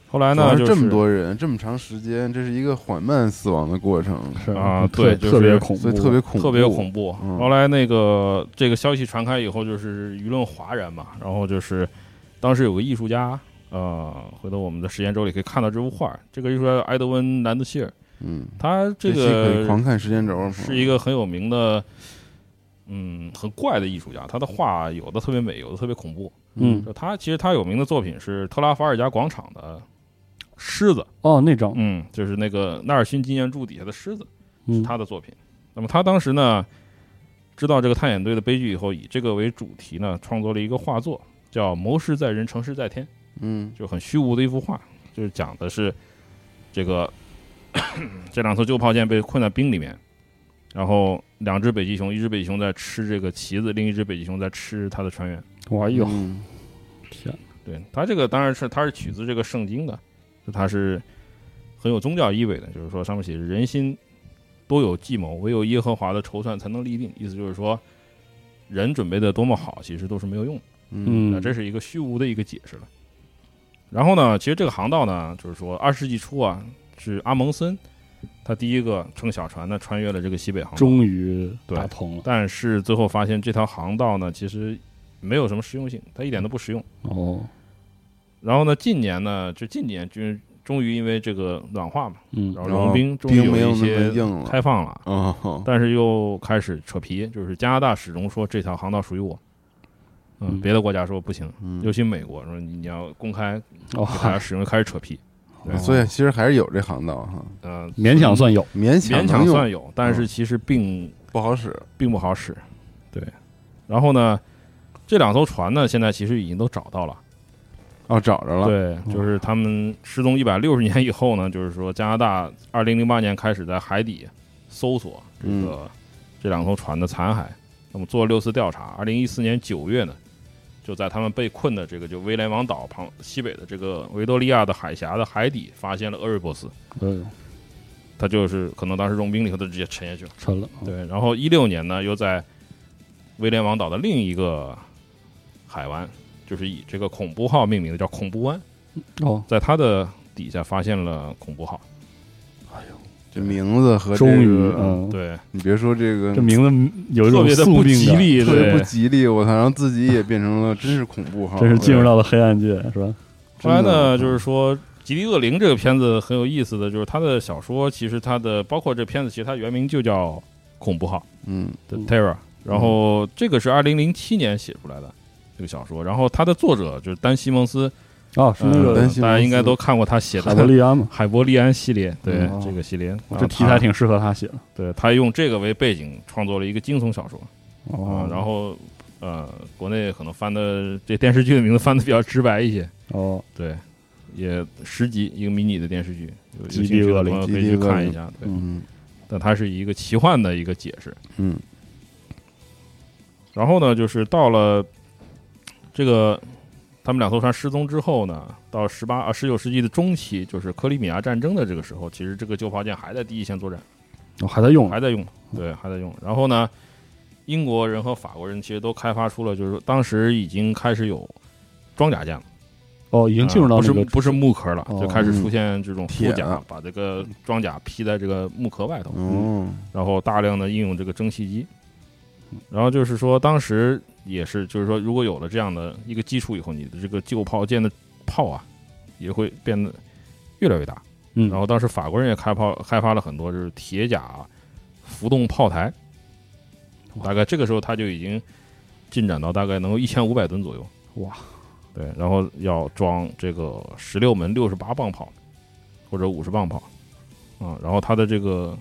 S4: 后来
S3: 主要
S4: 呢，
S3: 是
S4: 就是
S3: 这么多人，这么长时间，这是一个缓慢死亡的过程，
S2: 是
S4: 啊
S2: 特
S4: 对就是
S2: 特别恐怖，
S3: 所以特别恐怖，
S4: 特别恐怖。
S3: 嗯
S4: 后来那个这个消息传开以后，就是舆论哗然嘛。然后就是当时有个艺术家，呃，回头我们的时间轴里可以看到这幅画。这个艺术家叫埃德温·兰德希尔，
S3: 嗯，
S4: 他这
S3: 期可以
S4: 个
S3: 狂看时间轴，
S4: 是一个很有名的，嗯，很怪的艺术家。他的画有的特别美，有的特别恐怖。
S2: 嗯
S4: 就他其实他有名的作品是特拉法尔加广场的狮子，
S2: 哦那张，
S4: 嗯，就是那个纳尔逊纪念柱底下的狮子。
S2: 嗯，
S4: 他的作品。那么他当时呢，知道这个探险队的悲剧以后，以这个为主题呢，创作了一个画作，叫《谋事在人，成事在天
S3: 嗯》，，
S4: 就很虚无的一幅画，就是讲的是这个 这两艘旧炮舰被困在冰里面，然后两只北极熊，一只北极熊在吃这个旗子，另一只北极熊在吃它的船员。
S2: 哇哎呦
S3: 嗯
S2: 天，
S4: 对他这个当然是他是取自这个圣经的，就他是很有宗教意味的，就是说上面写着人心都有计谋，唯有耶和华的筹算才能立定。意思就是说，人准备的多么好，其实都是没有用的。
S3: 嗯
S4: 那
S2: 嗯，
S4: 这是一个虚无的一个解释了。然后呢，其实这个航道呢，就是说二世纪初啊，是阿蒙森他第一个乘小船呢穿越了这个西北航道，
S2: 终于
S4: 对
S2: 打通了，
S4: 但是最后发现这条航道呢其实没有什么实用性，它一点都不实用。
S2: 哦，
S4: 然后呢，近年呢，就近年就是终于因为这个暖化嘛，
S2: 嗯
S4: 然后
S3: 然后
S4: 融冰终于
S3: 哦冰没有
S4: 一
S3: 那么
S4: 些
S3: 硬了，
S4: 开放了，
S3: 哦，
S4: 但是又开始扯皮，就是加拿大始终说这条航道属于我，嗯，
S2: 嗯
S4: 别的国家说不行，
S3: 嗯
S4: 尤其美国说你要公开
S2: 哦
S4: 给大家使用，开始扯皮，对
S3: 所以其实还是有这航道哈，
S4: 嗯、呃，
S2: 勉强算有，
S3: 勉
S4: 勉
S3: 能
S4: 强
S3: 用哦
S4: 算有，但是其实并
S3: 不好使，
S4: 并不好使，对。然后呢，这两艘船呢，现在其实已经都找到了。
S3: 哦，找着了，
S4: 对，就是他们失踪一百六十年以后呢，就是说加拿大二零零八年开始在海底搜索这个、这两艘船的残骸，那么做了六次调查。二零一四年九月呢，就在他们被困的这个就威廉王岛旁西北的这个维多利亚的海峡的海底发现了厄瑞波斯，
S2: 哎呦，
S4: 他就是可能当时融冰了以后，他直接沉下去了。
S2: 沉了，
S4: 对，然后一六年呢，又在威廉王岛的另一个海湾，就是以这个恐怖号命名的，叫恐怖湾。
S2: 哦，
S4: 在它的底下发现了恐怖号。
S3: 这名字和
S2: 终
S3: 这
S2: 于，
S3: 个，
S2: 嗯，
S4: 对，
S3: 你别说这个
S2: 这名字有一
S4: 特
S2: 种
S4: 别的
S2: 宿
S4: 不
S2: 命
S4: 吉
S2: 感，
S4: 利，
S3: 特别
S4: 对
S3: 不。吉利，我操，然后自己也变成了真是恐怖哈，
S2: 真
S4: 啊
S2: 是进入
S3: 对
S2: 到了黑暗界，是吧？
S4: 后来
S3: 真
S4: 呢，
S3: 的
S4: 哎就是说《极地恶灵》这个片子很有意思的，就是它的小说其实它的包括这片子，其实它原名就叫《恐怖号
S3: 嗯》
S4: 的
S2: 嗯
S4: Terror，然后这个是二零零七年写出来的。这个小说，然后它的作者就是丹·西蒙斯，
S2: 哦，是那
S4: 呃
S2: 个
S3: 丹西蒙斯
S4: 大家应该都看过他写
S2: 海伯
S4: 的
S2: 利安嘛，
S4: 海伯利安系列，对、
S2: 嗯
S4: 这个系列，
S2: 这题材
S4: 挺，
S2: 挺适合他写的。
S4: 对他用这个为背景创作了一个惊悚小说，啊
S2: 哦，，
S4: 然后呃，国内可能翻的这电视剧的名字翻的比较直白一些，
S2: 哦，
S4: 对，也十集一个迷你的电视剧，有有
S2: 极
S4: 兴
S2: 地
S4: 趣
S2: 恶
S4: 的
S2: 灵
S4: 朋友
S3: 极
S4: 可以
S3: 地
S4: 去
S3: 恶
S4: 看一
S3: 灵
S4: 下，对，
S3: 嗯
S4: 但它是一个奇幻的一个解释。
S3: 嗯
S4: 然后呢，就是到了这个他们两艘船失踪之后呢，到十八啊十九世纪的中期，就是克里米亚战争的这个时候，其实这个旧炮舰还在第一线作战，
S2: 我哦还在用啊
S4: 还在用，
S2: 嗯
S4: 对，还在用。然后呢，英国人和法国人其实都开发出了，就是当时已经开始有装甲舰了，
S2: 哦，已经进入到
S4: 啊
S2: 那
S4: 不
S2: 个
S4: 是不是木壳了，
S2: 哦
S4: 就开始出现这种护
S3: 铁
S4: 甲，
S3: 啊
S4: 把这个装甲披在这个木壳外
S2: 嗯
S4: 头。
S3: 哦，
S4: 然后大量的应用这个蒸汽机。
S2: 嗯
S4: 然后就是说，当时也是，就是说，如果有了这样的一个基础以后，你的这个旧炮舰的炮啊，也会变得越来越大。
S2: 嗯，
S4: 然后当时法国人也开炮开发了很多就是铁甲啊、浮动炮台，大概这个时候它就已经进展到大概能够一千五百吨左右。
S2: 哇，
S4: 对，然后要装这个十六门六十八磅炮或者五十磅炮啊、然后它的这个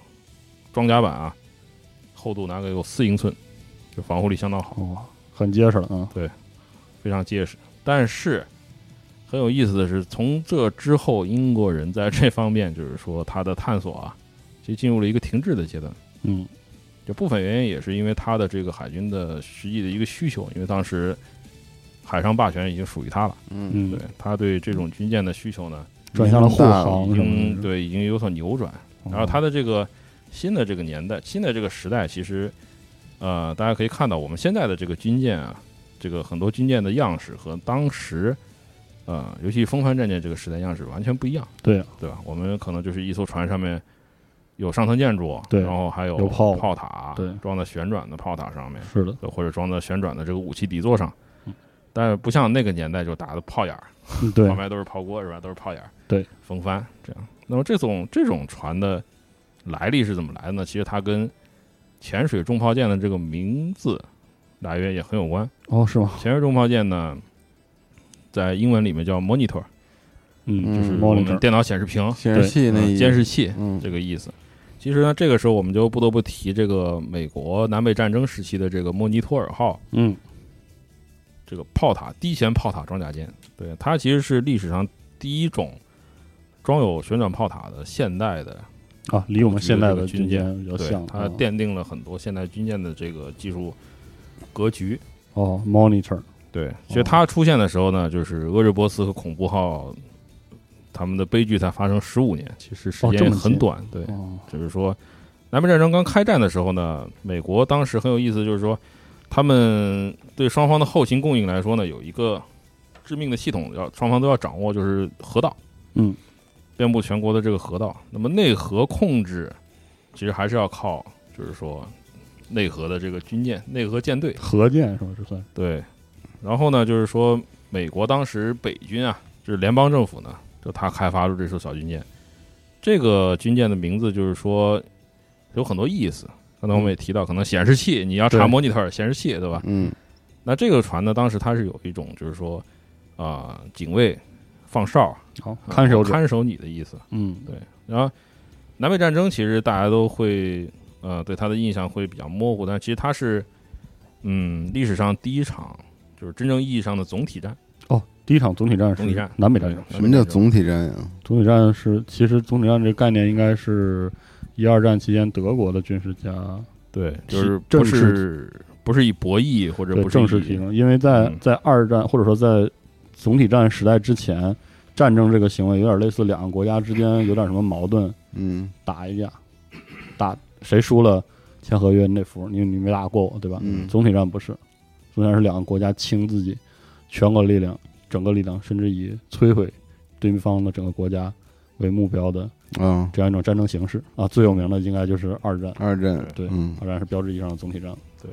S4: 装甲板啊，厚度大概有四英寸，就防护力相当好，
S2: 哦，很结实了啊，
S4: 非常结实。但是很有意思的是，从这之后，英国人在这方面就是说他的探索啊，其实进入了一个停滞的阶段。
S2: 嗯
S4: 就部分原因也是因为他的这个海军的实际的一个需求，因为当时海上霸权已经属于他了，
S3: 嗯，
S4: 对
S2: 嗯，
S4: 他对这种军舰的需求呢，
S2: 转向了护
S4: 已
S2: 航什么
S4: 经
S2: 的，
S4: 对已经有所扭转。
S2: 哦
S4: 嗯然后它的这个新的这个年代，新的这个时代，其实呃，大家可以看到我们现在的这个军舰啊，这个很多军舰的样式和当时呃，尤其风帆战舰这个时代样式完全不一样，
S2: 对啊
S4: 对吧？我们可能就是一艘船上面有上层建筑，
S2: 对
S4: 然后还有
S2: 有炮
S4: 炮塔，
S2: 对
S4: 装在旋转的炮塔上面，
S2: 是的，
S4: 或者装在旋转的这个武器底座上。但不像那个年代就打的炮眼儿，
S2: 嗯对
S4: 旁，边都是炮锅是吧？都是炮眼儿，
S2: 对，
S4: 风帆这样。那么这种这种船的来历是怎么来的呢？其实它跟潜水重炮舰的这个名字来源也很有关。
S2: 哦是吗？
S4: 潜水重炮舰呢，在英文里面叫 monitor，
S2: 嗯，就是
S4: 是
S3: 嗯
S4: 我
S2: monitor
S4: 们电脑显示屏、
S3: 显示器那
S4: 嗯
S3: 一
S4: 监视器
S3: 嗯
S4: 这个意思。其实呢，这个时候我们就不得不提这个美国南北战争时期的这个莫尼托尔号
S2: 嗯
S4: 这个炮塔低舷炮塔装甲舰，对，它其实是历史上第一种装有旋转炮塔的现代的，
S2: 啊，离我们现在
S4: 这
S2: 的
S4: 个军
S2: 军舰比较
S4: 对
S2: 像，，
S4: 它
S2: 啊
S4: 奠定了很多现代军舰的这个技术格局。
S2: 哦 monitor
S4: 对，
S2: 哦
S4: 其实它出现的时候呢，就是鄂日波斯和恐怖号他们的悲剧才发生十五年，其实时
S2: 哦这
S4: 间也
S2: 么
S4: 很
S2: 近
S4: 短，对，
S2: 哦
S4: 就是说，南北战争刚开战的时候呢，美国当时很有意思，就是说，他们对双方的后勤供应来说呢，有一个致命的系统要双方都要掌握，就是河道，
S2: 嗯，
S4: 遍布全国的这个河道。那么内河控制，其实还是要靠，就是说内河的这个军舰、内河舰队，
S2: 核舰是吧？这算
S4: 对。然后呢，就是说，美国当时北军啊，就是联邦政府呢，就他开发出这艘小军舰。这个军舰的名字就是说有很多意思。刚才我们也提到，可能显示器你要查
S2: 对
S4: monitor 显示器，对吧？
S3: 嗯
S4: 那这个船呢，当时它是有一种就是说啊、警卫放哨
S2: 好
S4: 啊
S2: 看守者，
S4: 看守你的意思。
S2: 嗯
S4: 对，然后南北战争其实大家都会呃对他的印象会比较模糊，但其实他是嗯历史上第一场就是真正意义上的总体战，
S2: 哦，第一场总体战
S4: 总体
S2: 是
S4: 战
S2: 南北战争，
S4: 对
S3: 什么叫？总体战呀？
S2: 总体战是其实总体战这个概念应该是一二战期间德国的军事家
S4: 对，就是
S2: 正
S4: 不是不是以博弈或者
S2: 对
S4: 不是
S2: 正式
S4: 以
S2: 提升，因为在
S4: 嗯
S2: 在二战或者说在总体战时代之前，战争这个行为有点类似两个国家之间有点什么矛盾
S3: 嗯
S2: 打一架，打谁输了签合约你得服，你你没打过我对吧？
S3: 嗯
S2: 总体战不是，总体战是两个国家倾自己全国力量、整个力量，甚至以摧毁对方的整个国家为目标的
S3: 啊，
S2: 这样一种战争形式啊。最有名的应该就是二战，
S3: 二战
S2: 对
S3: 嗯，
S2: 二战是标志意义上的总体战，
S4: 对，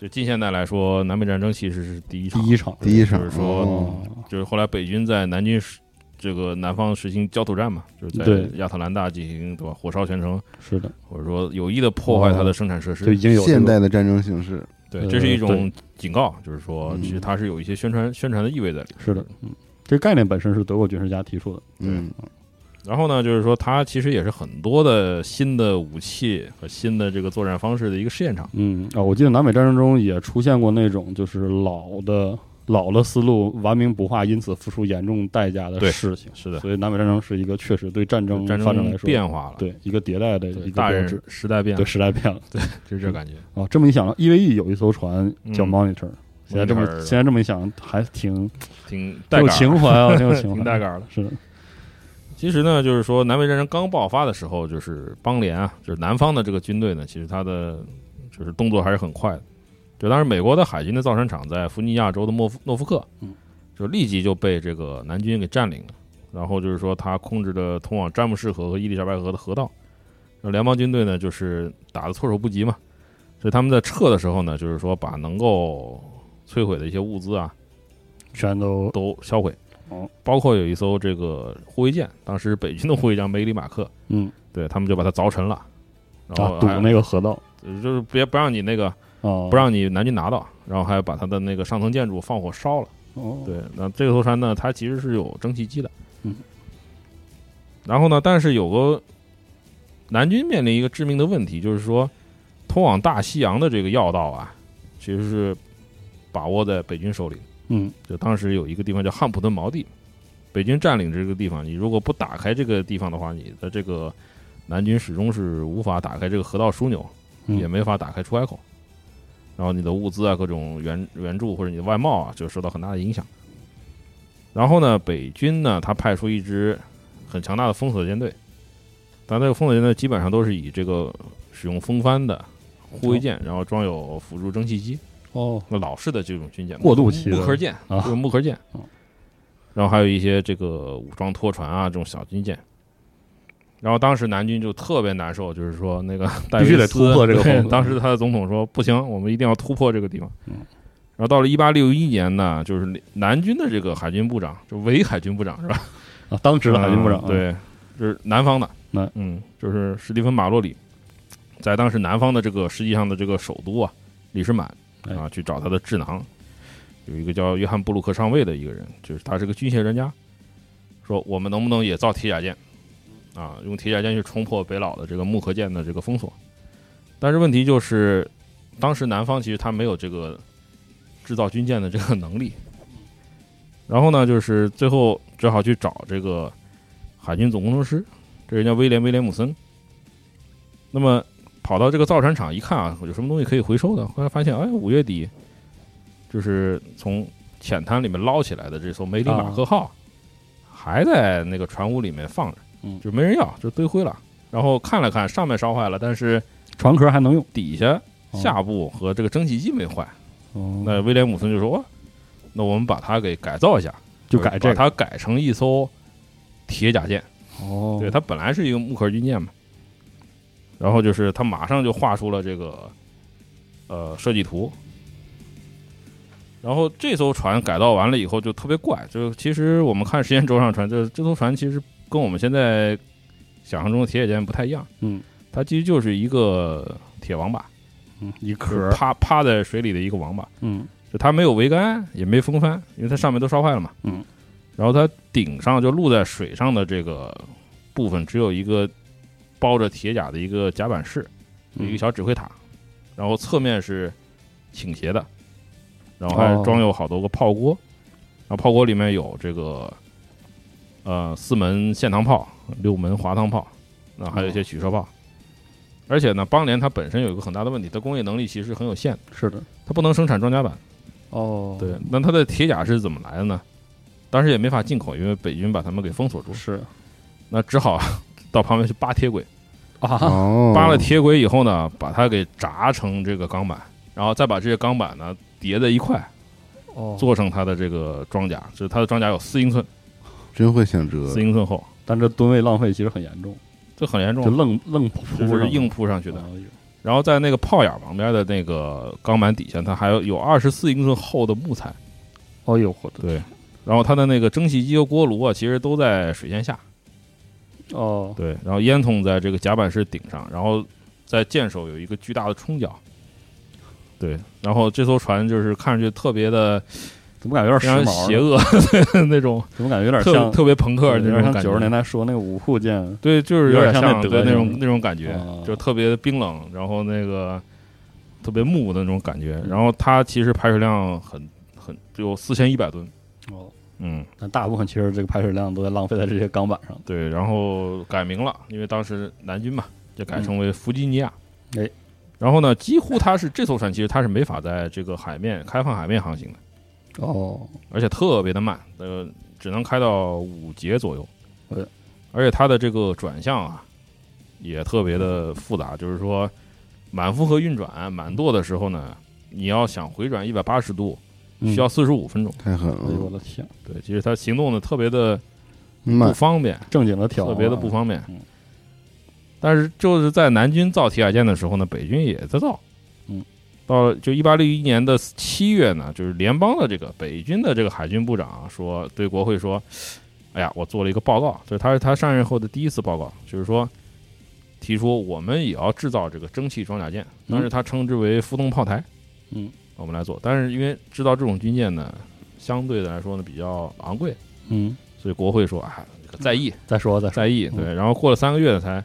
S4: 就近现代来说，南北战争其实是第一
S2: 第
S4: 场，
S2: 一场
S3: 第一场
S4: 就是说
S3: 哦
S4: 就是后来北军在南军时这个南方实行焦土战嘛，就是在
S2: 对
S4: 亚特兰大进行对吧火烧全城，
S2: 是的，
S4: 或者说有意的破
S3: 哦
S4: 坏它的生产设施，
S2: 就已经有这个
S3: 现代的战争形式，
S4: 对，
S2: 呃
S4: 这是一种
S2: 对
S4: 警告，就是说，
S3: 嗯
S4: 其实它是有一些宣传宣传的意味在里。
S2: 是的，嗯，这个概念本身是德国军事家提出的，
S3: 嗯
S4: 然后呢，就是说，它其实也是很多的新的武器和新的这个作战方式的一个试验场。
S2: 嗯啊，我记得南北战争中也出现过那种就是老的老的思路顽冥不化，因此付出严重代价的
S4: 对
S2: 事情，
S4: 是的，
S2: 呃所以南北战争是一个确实对战争
S4: 战
S2: 发展
S4: 争
S2: 来说，
S4: 变化了，
S2: 对一个迭代的
S4: 对，
S2: 一个
S4: 大
S2: 标
S4: 人
S2: 志，
S4: 时代变
S2: 对
S4: 了，
S2: 时代变了
S4: 就是这感觉。
S2: 啊。这么一想，E V E 有一艘船叫
S4: 嗯
S2: Monitor，、现在这么
S4: 我一开始
S2: 现在这么一想，还挺
S4: 挺
S2: 挺
S4: 带
S2: 有
S4: 感儿
S2: 情怀 啊，挺有情怀，
S4: 挺带感儿的。
S2: 是的，
S4: 其实呢，就是说南北战争刚爆发的时候，就是邦联啊，就是南方的这个军队呢，其实他的就是动作还是很快的。就当时美国的海军的造船厂在弗吉尼亚州的莫夫诺福克，
S2: 嗯，
S4: 就立即就被这个南军给占领了。然后就是说，他控制着通往詹姆士河和伊丽莎白河的河道。那联邦军队呢，就是打得措手不及嘛，所以他们在撤的时候呢，就是说把能够摧毁的一些物资啊，
S2: 全都
S4: 都销毁
S2: 哦，
S4: 包括有一艘这个护卫舰，当时北军的护卫舰梅里马克，
S2: 嗯
S4: 对他们就把它凿沉了，然后
S2: 啊，堵
S4: 还
S2: 那个河道
S4: 就是别不让你那个
S2: 啊，
S4: 不让你南军拿到，然后还把它的那个上层建筑放火烧了。
S2: 哦，
S4: 对，那这艘船呢，它其实是有蒸汽机的，
S2: 嗯，
S4: 然后呢，但是有个南军面临一个致命的问题，就是说通往大西洋的这个要道啊，其实是把握在北军手里。
S2: 嗯
S4: 就当时有一个地方叫汉普顿锚地，北军占领这个地方，你如果不打开这个地方的话，你的这个南军始终是无法打开这个河道枢纽，
S2: 嗯
S4: 也没法打开出海口，然后你的物资啊、各种援援助或者你的外贸啊，就受到很大的影响。然后呢，北军呢，他派出一支很强大的封锁舰队，但这个封锁舰队基本上都是以这个使用风帆的护卫舰，然后装有辅助蒸汽机，
S2: 哦
S4: 那老式的这种军舰，
S2: 过渡期的
S4: 木壳舰
S2: 啊
S4: 就是木壳舰
S2: 哦，
S4: 然后还有一些这个武装拖船啊这种小军舰。然后当时南军就特别难受，就是说 那个戴维
S2: 必
S4: 斯
S2: 须得突破这个
S4: 对
S2: 防线
S4: 当时他的总统说不行，我们一定要突破这个地方。
S2: 嗯
S4: 然后到了一八六一年呢，就是南军的这个海军部长，就伪海军部长是吧？
S2: 啊，当值的海军部长
S4: 嗯，对，就是南方的，
S2: 南
S4: 嗯，就是史蒂芬马洛里，在当时南方的这个实际上的这个首都啊，李士满
S2: 哎
S4: 啊，去找他的智囊，有一个叫约翰布鲁克上尉的一个人，就是他是个军械专家，说我们能不能也造铁甲舰啊，用铁甲舰去冲破北老的这个木壳舰的这个封锁，但是问题就是，当时南方其实他没有这个制造军舰的这个能力。然后呢，就是最后只好去找这个海军总工程师，这人叫威廉·威廉姆森。那么跑到这个造船厂一看啊，有什么东西可以回收的？后来发现，哎，五月底就是从浅滩里面捞起来的这艘梅里马克号，还在那个船坞里面放着，
S2: 嗯
S4: 就没人要，就堆灰了。然后看了看，上面烧坏了，但是
S2: 船壳还能用
S4: 底下
S2: 哦
S4: 下部和这个蒸汽机没坏。
S2: 哦，
S4: 那威廉姆森就说：“哇那我们把它给改造一下，
S2: 就改这
S4: 把
S2: 个
S4: 它改成一艘铁甲舰。
S2: 哦，
S4: 对，它本来是一个木壳军舰嘛。然后就是他马上就画出了这个呃设计图。然后这艘船改造完了以后就特别怪，就其实我们看时间轴上的船，就是这艘船其实跟我们现在想象中的铁甲舰不太一样。
S2: 嗯，
S4: 它其实就是一个铁王八，
S2: 嗯一
S4: 就
S2: 壳，
S4: 是趴趴在水里的一个王八，
S2: 嗯
S4: 就它没有桅杆，也没风帆，因为它上面都烧坏了嘛。
S2: 嗯，
S4: 然后它顶上就露在水上的这个部分，只有一个包着铁甲的一个甲板室，
S2: 嗯
S4: 有一个小指挥塔，然后侧面是倾斜的，然后还
S2: 哦
S4: 装有好多个炮锅，然后炮锅里面有这个呃四门霰膛炮、六门滑膛炮，那还有一
S2: 哦
S4: 些取射炮。而且呢，邦联它本身有一个很大的问题，它工业能力其实很有限的，
S2: 是的，
S4: 它不能生产装甲板。
S2: 哦，
S4: 对，那它的铁甲是怎么来的呢？当时也没法进口，因为北军把他们给封锁住，
S2: 是
S4: 那只好 到旁边去扒铁轨。
S2: 啊，
S3: 哦，
S4: 扒了铁轨以后呢，把它给炸成这个钢板，然后再把这些钢板呢叠在一块，
S2: 哦，
S4: 做成它的这个装甲。就是它的装甲有四英寸，
S3: 真会想辙，
S4: 四英寸厚，
S2: 但这吨位浪费其实很严重，
S4: 这很严
S2: 就
S4: 重，
S2: 愣愣
S4: 就
S2: 铺
S4: 是
S2: 上
S4: 硬铺上去的。
S2: 啊
S4: 然后在那个炮眼旁边的那个钢板底下，它还有有二十四英寸厚的木材。
S2: 哦呦，我的
S4: 对，然后它的那个蒸汽机和锅炉啊，其实都在水线下。
S2: 哦，
S4: 对，然后烟囱在这个甲板室顶上，然后在舰首有一个巨大的冲角。对，然后这艘船就是看上去特别的
S2: 怎么感觉有点
S4: 非
S2: 时
S4: 常
S2: 髦
S4: 邪
S2: 呢？
S4: 恶 那种，
S2: 怎么感觉有点
S4: 特
S2: 像
S4: 特别朋
S2: 有
S4: 克那
S2: 点
S4: 种
S2: 像
S4: 感
S2: 九十年
S4: 觉。
S2: 代说那个五户舰
S4: 对，就是
S2: 有点
S4: 点
S2: 像
S4: 像
S2: 那德
S4: 对那
S2: 那
S4: 种
S2: 种
S4: 那种感觉，
S2: 哦
S4: 就特别的冰冷，然后那个特别木的那种感
S2: 嗯
S4: 觉。然后它其实排水量很很只有四千一百吨，
S2: 哦，
S4: 嗯，
S2: 但大部分其实这个排水量都在浪费在这些钢板上。
S4: 对，然后改名了，因为当时南军嘛，就改成为弗吉尼亚。
S2: 嗯哎，
S4: 然后呢，几乎它是这艘船其实它是没法在这个海面开放海面航行的，
S2: 哦，
S4: 而且特别的慢，呃，只能开到五节左右
S2: 呃。
S4: 而且它的这个转向啊，也特别的复杂，就是说满负荷运转满舵的时候呢，你要想回转一百八十度，需
S2: 嗯
S4: 要四十五分钟。
S3: 太狠
S2: 哎呦我
S3: 了，
S4: 嗯
S2: 的天，
S4: 对，其实它行动的特别的不
S3: 慢，
S4: 方便，
S2: 正经的挑啊，
S4: 特别的不方便
S2: 嗯。
S4: 但是就是在南军造铁甲舰的时候呢，北军也在造。
S2: 嗯，
S4: 到了就一八六一年的七月呢，就是联邦的这个北军的这个海军部长啊说对国会说：“哎呀，我做了一个报告，就是他是他上任后的第一次报告，就是说提出我们也要制造这个蒸汽装甲舰，当时他称之为浮动炮台。
S2: 嗯，
S4: 我们来做，但是因为制造这种军舰呢，相对的来说呢比较昂贵，
S2: 嗯，
S4: 所以国会说啊，这个在意。”
S2: 再说再说，
S4: 在意。
S2: 嗯
S4: 对，然后过了三个月呢，才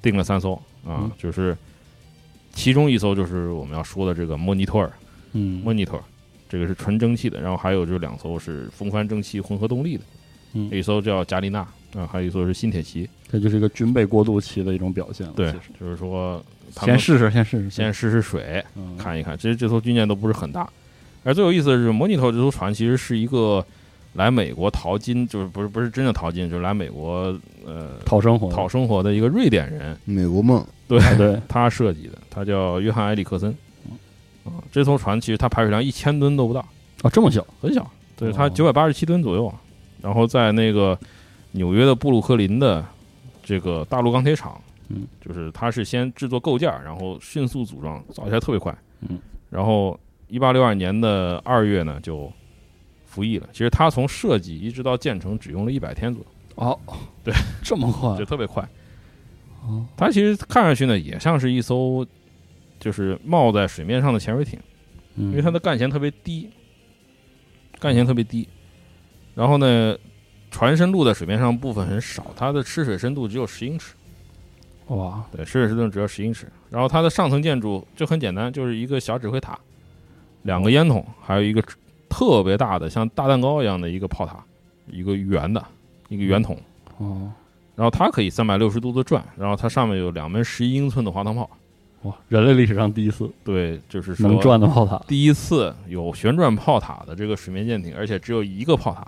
S4: 定了三艘啊
S2: 嗯，
S4: 就是其中一艘就是我们要说的这个莫尼托尔，
S2: 嗯
S4: 莫尼托尔，这个是纯蒸汽的，然后还有就是两艘是风帆蒸汽混合动力的，
S2: 嗯
S4: 一艘叫加利纳啊，还有一艘是新铁骑。
S2: 这就是一个军备过渡期的一种表现了。
S4: 对
S2: 其实，
S4: 就是说他们
S2: 先试试，先试试，
S4: 先试试水，
S2: 嗯
S4: 看一看。其实这艘军舰都不是很大，而最有意思的是，莫尼托尔这艘船其实是一个。来美国淘金就是不是不是真的淘金，就是来美国呃
S2: 讨生活，
S4: 讨生活的一个瑞典人，
S3: 美国梦，
S4: 对
S2: 啊对，
S4: 他设计的，他叫约翰埃里克森。
S2: 嗯
S4: 啊，这艘船其实它排水量一千吨都不大，
S2: 哦，这么小，
S4: 很小，对，
S2: 哦
S4: 它九百八十七吨左右啊。然后在那个纽约的布鲁克林的这个大陆钢铁厂，
S2: 嗯，
S4: 就是它是先制作构件儿，然后迅速组装，造起来特别快，
S2: 嗯。
S4: 然后一八六二年的二月呢就服役了。其实它从设计一直到建成只用了一百天左右。
S2: 哦，
S4: 对，
S2: 这么快
S4: 就，特别快
S2: 哦。
S4: 它其实看上去呢，也像是一艘就是冒在水面上的潜水艇，
S2: 因
S4: 因为它的干舷特别低，干舷特别低。然后呢，船身路在水面上部分很少，它的吃水深度只有十英尺，
S2: 哇，
S4: 对，吃水深度只有十英尺。然后它的上层建筑就很简单，就是一个小指挥塔，两个烟筒，还有一个特别大的像大蛋糕一样的一个炮塔，一个圆的，一个圆筒。
S2: 哦，
S4: 然后它可以三百六十度的转，然后它上面有两门十一英寸的滑膛炮，
S2: 哇，人类历史上第一次
S4: 对，就是说
S2: 能转的炮塔，
S4: 第一次有旋转炮塔的这个水面舰艇，而且只有一个炮塔，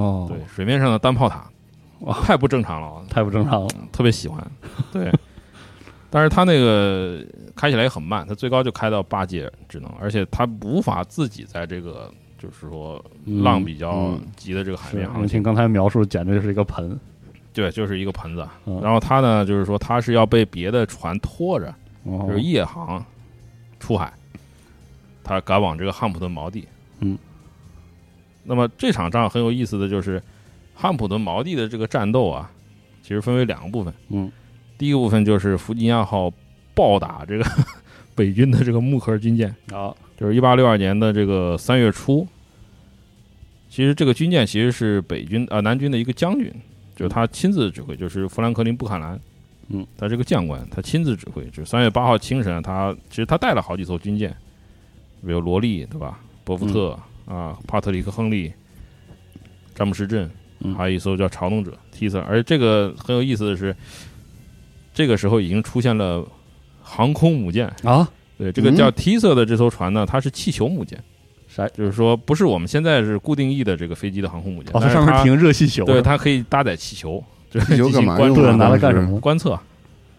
S2: 哦，
S4: 对，，水面上的单炮塔，
S2: 哇
S4: 太不正常了，
S2: 太不正常了，
S4: 特别喜 欢，对。但是它那个开起来也很慢，它最高就开到八节只能，而且它无法自己在这个就是说
S2: 嗯
S4: 浪比较
S3: 嗯
S4: 急的这个海
S2: 是
S4: 面
S2: 我
S4: 航行
S2: 听，刚才描述，简直就是一个盆，
S4: 对，就是一个盆子。啊
S2: 嗯
S4: 然后它呢，就是说它是要被别的船拖着，
S2: 哦
S4: 就是夜航出海，他赶往这个汉普顿锚地。
S2: 嗯，
S4: 那么这场仗很有意思的就是，汉普顿锚地的这个战斗啊，其实分为两个部分。
S2: 嗯，
S4: 第一个部分就是弗吉尼亚号暴打这个 北军的这个木壳军舰，
S2: 啊，
S4: 就是一八六二年的这个三月初。其实这个军舰其实是北军啊、呃、南军的一个将军，就是他亲自指挥，就是富兰克林布坎南，
S2: 嗯，
S4: 他这个将官他亲自指挥。就是三月八号清晨，他其实他带了好几艘军舰，比如罗利对吧，伯福特、啊，帕特里克亨利、詹姆士镇，
S2: 嗯
S4: 还有一艘叫嘲弄者 t i s 而这个很有意思的是，这个时候已经出现了航空母舰，
S2: 啊，
S4: 对，这个
S3: 嗯
S4: 叫 T 色的这艘船呢，它是气球母舰，
S2: 啥？
S4: 就是说不是我们现在是固定翼的这个飞机的航空母舰，
S2: 哦，
S4: 但
S2: 它
S4: 是
S2: 上面
S4: 它，
S2: 停热气球，
S4: 对，它可以搭载气球， 这
S3: 气球干嘛
S4: 进行
S3: 用
S2: 对，
S3: 啊？
S2: 拿来
S3: 当
S2: 干
S3: 时
S2: 什么？
S4: 观观测，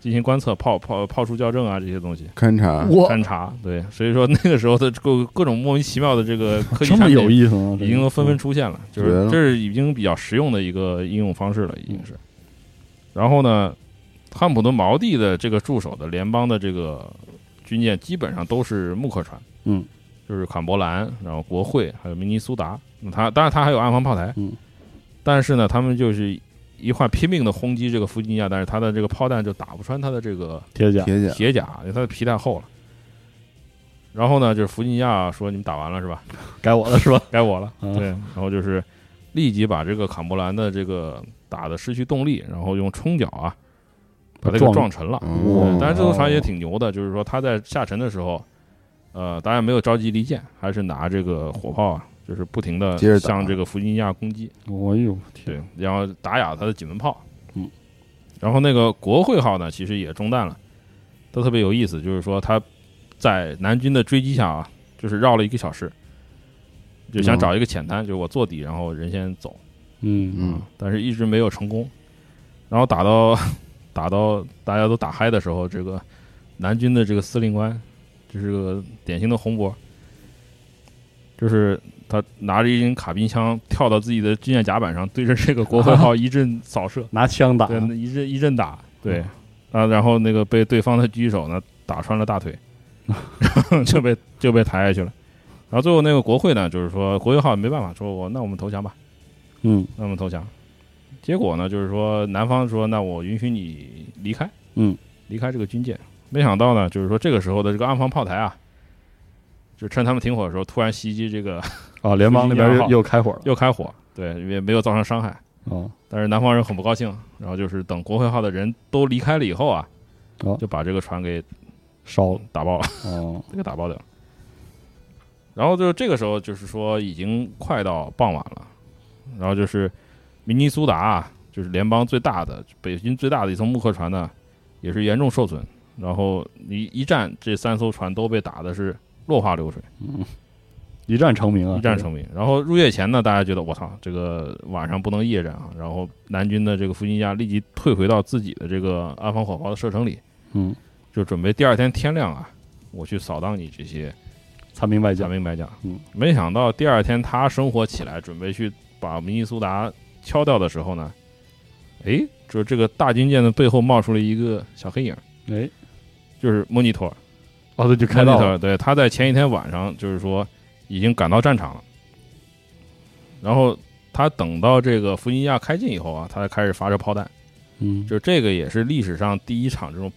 S4: 进行观测炮炮炮术校正啊这些东西
S3: 勘察，
S2: 我
S4: 勘察，对，所以说那个时候的各各种莫名其妙的这个科技
S2: 这么
S4: 产
S2: 有
S4: 品
S2: 意思啊吗？这
S4: 已经
S2: 个嗯
S4: 都纷纷出现了，就
S3: 绝
S4: 是
S3: 了
S4: 这是已经比较实用的一个应用方式了，已经是。然后呢，汉普顿锚地的这个驻守的联邦的这个军舰基本上都是木刻船，
S2: 嗯，
S4: 就是坎伯兰，然后国会，还有明尼苏达，那它当然它还有岸防炮台，
S2: 嗯，
S4: 但是呢，他们就是一块拼命的轰击这个弗吉尼亚，但是它的这个炮弹就打不穿它的这个
S2: 铁甲，
S3: 铁甲，
S4: 铁甲，因为它的皮太厚了。然后呢，就是弗吉尼亚说：“你们打完了是吧？
S2: 该我了是吧？
S4: 该我了。”
S2: 啊
S3: 嗯
S4: 对，，然后就是立即把这个坎伯兰的这个打的失去动力，然后用冲脚啊把它给
S2: 撞
S4: 撞沉了。
S3: 哦
S4: 对但是这艘船也挺牛的，就是说它在下沉的时候，呃，当然没有着急离舰，还是拿这个火炮啊，就是不停的
S3: 接着打
S4: 向这个弗吉尼亚攻击，
S2: 哦我哟天
S4: 对，然后打哑它的几门炮。
S2: 嗯，
S4: 然后那个国会号呢，其实也中弹了。都特别有意思，就是说他在南军的追击下啊，就是绕了一个小时，就想找一个浅滩，就是我坐底，然后人先走，
S2: 嗯
S3: 嗯，
S4: 但是一直没有成功。然后打到 打到大家都打嗨的时候，这个南军的这个司令官，就是个典型的红脖，就是他拿着一根卡宾枪跳到自己的军舰甲板上，对着这个国徽号一阵扫射，
S2: 拿枪打，
S4: 对，一阵一阵打，对啊，然后那个被对方的狙手呢打穿了大腿，然后就被就被抬下去了。然后最后那个国会呢，就是说国会号没办法，说我那我们投降吧。
S2: 嗯
S4: 那么投降。结果呢，就是说南方说，那我允许你离开，
S2: 嗯，
S4: 离开这个军舰。没想到呢，就是说这个时候的这个岸防炮台啊，就趁他们停火的时候，突然袭击这个，
S2: 啊，联邦那边又又开火了
S4: 又开火，对，也没有造成伤害。
S2: 哦
S4: 但是南方人很不高兴，然后就是等国会号的人都离开了以后啊，
S2: 哦
S4: 就把这个船给
S2: 烧了
S4: 打爆了，
S2: 哦，
S4: 给打爆掉了。然后就这个时候，就是说已经快到傍晚了，然后就是明尼苏达啊，就是联邦最大的、北军最大的一艘木刻船呢，也是严重受损。然后一一战，这三艘船都被打的是落花流水，
S2: 一战成名啊，
S4: 一战成名。然后入夜前呢，大家觉得我操，这个晚上不能夜战啊。然后南军的这个伏击家立即退回到自己的这个安防火炮的射程里，
S2: 嗯，
S4: 就准备第二天天亮啊，我去扫荡你这些
S2: 残兵败
S4: 假
S2: 将，
S4: 明白讲，
S2: 嗯
S4: 没想到第二天他生活起来，准备去把明尼苏达敲掉的时候呢，诶，就是这个大军舰的背后冒出了一个小黑影，
S2: 哎，
S4: 就是莫尼托尔。
S2: 哦，对，就开到了，
S4: 莫尼托尔对，他在前一天晚上就是说已经赶到战场了，然后他等到这个弗吉尼亚开进以后啊，他才开始发射炮弹。
S2: 嗯，
S4: 就这个也是历史上第一场这种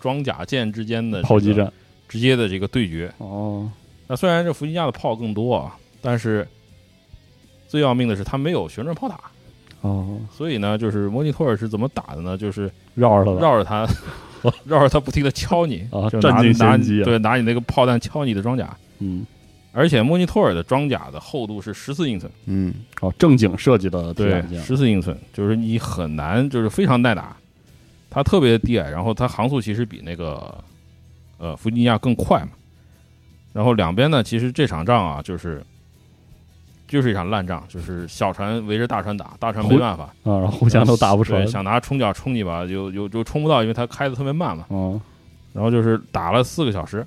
S4: 装甲舰之间的这个
S2: 炮击战，
S4: 直接的这个对决。
S2: 哦，
S4: 那虽然这伏击架的炮更多啊，但是最要命的是它没有旋转炮塔，
S2: 哦，
S4: 所以呢，就是摩尼托尔是怎么打的呢？就是
S2: 绕着他了，
S4: 绕着它， 绕着它不停的敲你，
S2: 啊
S4: 就
S2: 占
S4: 拿
S2: 尽
S4: 拿
S2: 先机啊
S4: 对拿你那个炮弹敲你的装甲，
S2: 嗯，
S4: 而且摩尼托尔的装甲的厚度是十四英寸，
S3: 嗯，
S2: 哦，正经设计的铁
S4: 对
S2: 甲，舰，
S4: 十四英寸，就是你很难，就是非常耐打，它特别低矮，然后它航速其实比那个呃弗吉尼亚更快嘛。然后两边呢，其实这场仗啊，就是就是一场烂仗，就是小船围着大船打，大船没办法，
S2: 啊，然后互相都打不穿
S4: 对，想拿冲脚冲你吧，又又又冲不到，因为它开的特别慢嘛。
S2: 哦，
S4: 然后就是打了四个小时，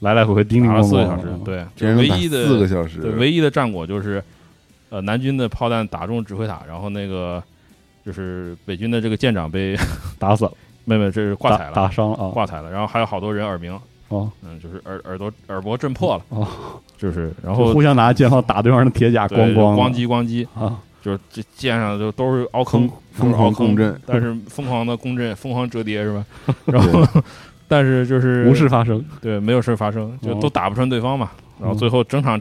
S2: 来来回回叮叮
S4: 打了
S2: 咣
S4: 四个
S2: 咣，嗯
S4: 小时，对，
S3: 这
S4: 就是
S3: 人
S4: 唯
S3: 打
S4: 一的
S3: 四个小时
S4: 对，，唯一的战果就是，呃，南军的炮弹打中指挥塔，然后那个就是北军的这个舰长被
S2: 打死了，
S4: 妹妹这是挂彩
S2: 打打
S4: 了，
S2: 伤了啊，
S4: 挂彩了，然后还有好多人耳鸣，
S2: 哦，
S4: 嗯，就是耳耳朵耳膜震破了，
S2: 哦，
S4: 就是
S2: 就
S4: 然后
S2: 互相拿剑炮打对方的铁甲，
S4: 对
S2: 咣
S4: 就咣
S2: 咣的
S4: 叽咣叽，
S2: 啊，
S4: 就是这舰上就都是 凹坑，都
S3: 疯
S4: 是凹
S3: 狂共
S4: 坑，
S3: 振，
S4: 但是疯狂的共振，疯狂折 叠是吧？然后 但是就是
S2: 无事发生，
S4: 对，没有事发生，就
S2: 哦
S4: 都打不穿对方嘛，然后最后整场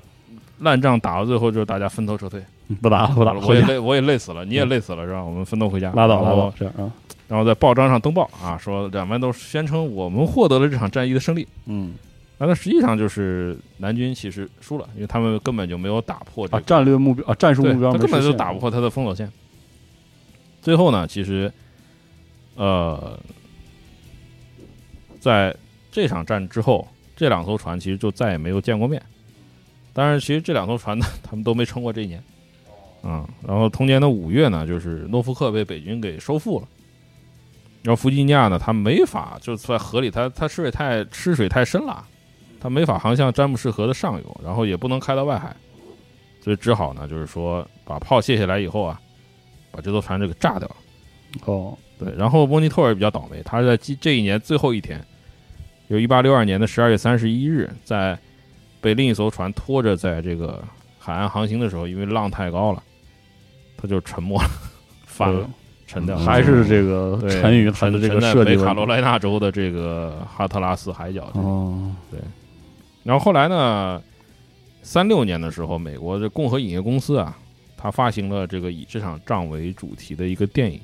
S4: 烂仗打到最后就是大家分头撤退。
S2: 不打了，不打了，
S4: 我
S2: 回
S4: 也哦
S2: 家嗯
S4: 累，我也累死了，你也累死了，是吧？我们分头回家，
S2: 拉倒
S4: 然
S2: 拉
S4: 后
S2: 倒，这样啊，
S4: 然后在报章上登报啊，说两边都宣称我们获得了这场战役的胜利，
S2: 嗯，
S4: 那它实际上就是南军其实输了，因为他们根本就没有打破这
S2: 啊，
S4: 个
S2: 战略目标啊，战术
S4: 对，
S2: 目标
S4: 他
S2: 没
S4: 根本
S2: 实
S4: 就
S2: 现
S4: 打不破他的封锁线。最后呢，其实，呃，在这场战之后，这两艘船其实就再也没有见过面。当然，其实这两艘船呢， 他们都没撑过这一年。嗯，然后同年的五月呢，就是诺福克被北军给收复了。然后弗吉尼亚呢，它没法就在河里，它它吃水太吃水太深了，它没法航向詹姆士河的上游，然后也不能开到外海，所以只好呢，就是说把炮卸下来以后啊，把这艘船这个炸掉了。
S2: 哦，
S4: 对，然后莫尼托尔比较倒霉，他是在这这一年最后一天，有一八六二年的十二月三十一日，在被另一艘船拖着在这个海岸航行的时候，因为浪太高了，他就沉没了，翻了
S2: 对，
S4: 沉掉了，
S2: 嗯还是这个
S4: 对
S2: 陈宇他的这个
S4: 沉在
S2: 设计
S4: 北卡
S2: 问
S4: 罗
S2: 题
S4: 来纳州的这个哈特拉斯海角这个
S2: 哦，
S4: 然后后来呢，三六年的时候，美国的共和影业公司啊，它发行了这个以这场仗为主题的一个电影，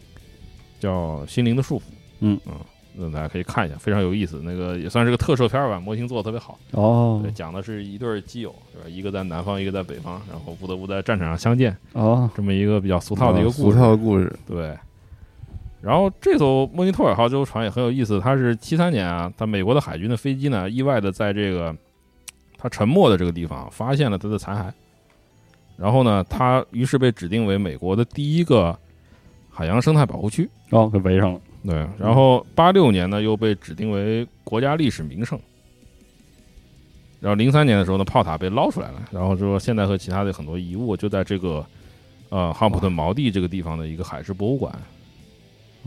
S4: 叫《心灵的束缚》。
S2: 嗯
S4: 嗯，那大家可以看一下，非常有意思。那个也算是个特摄片儿吧，模型做的特别好。
S2: 哦
S4: 对，讲的是一对儿基友，对吧？一个在南方，一个在北方，然后不得不在战场上相见，
S2: 哦，
S4: 这么一个比较俗套的一个
S3: 啊俗
S4: 故事。
S3: 套的故事，
S4: 对。然后这艘莫尼托尔号这艘船也很有意思，它是七三年啊，它美国的海军的飞机呢，意外的在这个它沉没的这个地方发现了它的残骸，然后呢，它于是被指定为美国的第一个海洋生态保护区。
S2: 哦，给围上了。
S4: 对，然后八六年呢又被指定为国家历史名胜，然后零三年的时候呢，炮塔被捞出来了，然后说现在和其他的很多遗物就在这个呃汉普顿锚地这个地方的一个海事博物馆，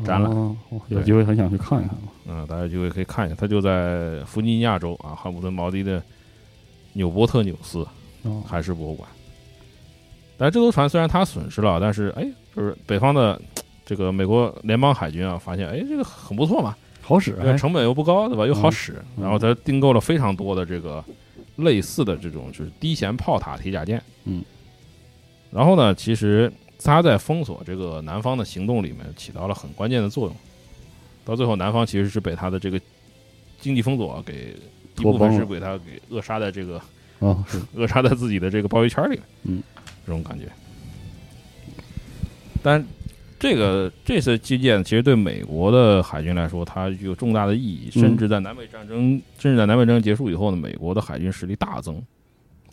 S4: 展览
S2: 哦，哇有
S4: 对
S2: 机会很想去看一看了。
S4: 嗯、大家有机会可以看一下，它就在弗吉尼亚州啊汉普顿锚地的纽波特纽斯
S2: 哦，
S4: 海事博物馆。但这艘船虽然它损失了，但是哎，就是北方的这个美国联邦海军啊，发现哎这个很不错嘛，
S2: 好使，
S4: 呃
S2: 哎
S4: 成本又不高，对吧？又好使，
S2: 嗯
S4: 然后他订购了非常多的这个类似的这种就是低弦炮塔铁甲舰，
S2: 嗯，
S4: 然后呢，其实他在封锁这个南方的行动里面起到了很关键的作用，到最后南方其实是被他的这个经济封锁给一
S2: 脱
S4: 部
S2: 崩
S4: 分
S2: 了
S4: 是给他给扼杀在这个
S2: 哦，是
S4: 扼杀在自己的这个鲍鱼圈里面，
S2: 嗯，
S4: 这种感觉。但这个这次基建其实对美国的海军来说，它具有重大的意义，
S2: 嗯
S4: 甚至在南北战争，甚至在南北战争结束以后呢，美国的海军实力大增，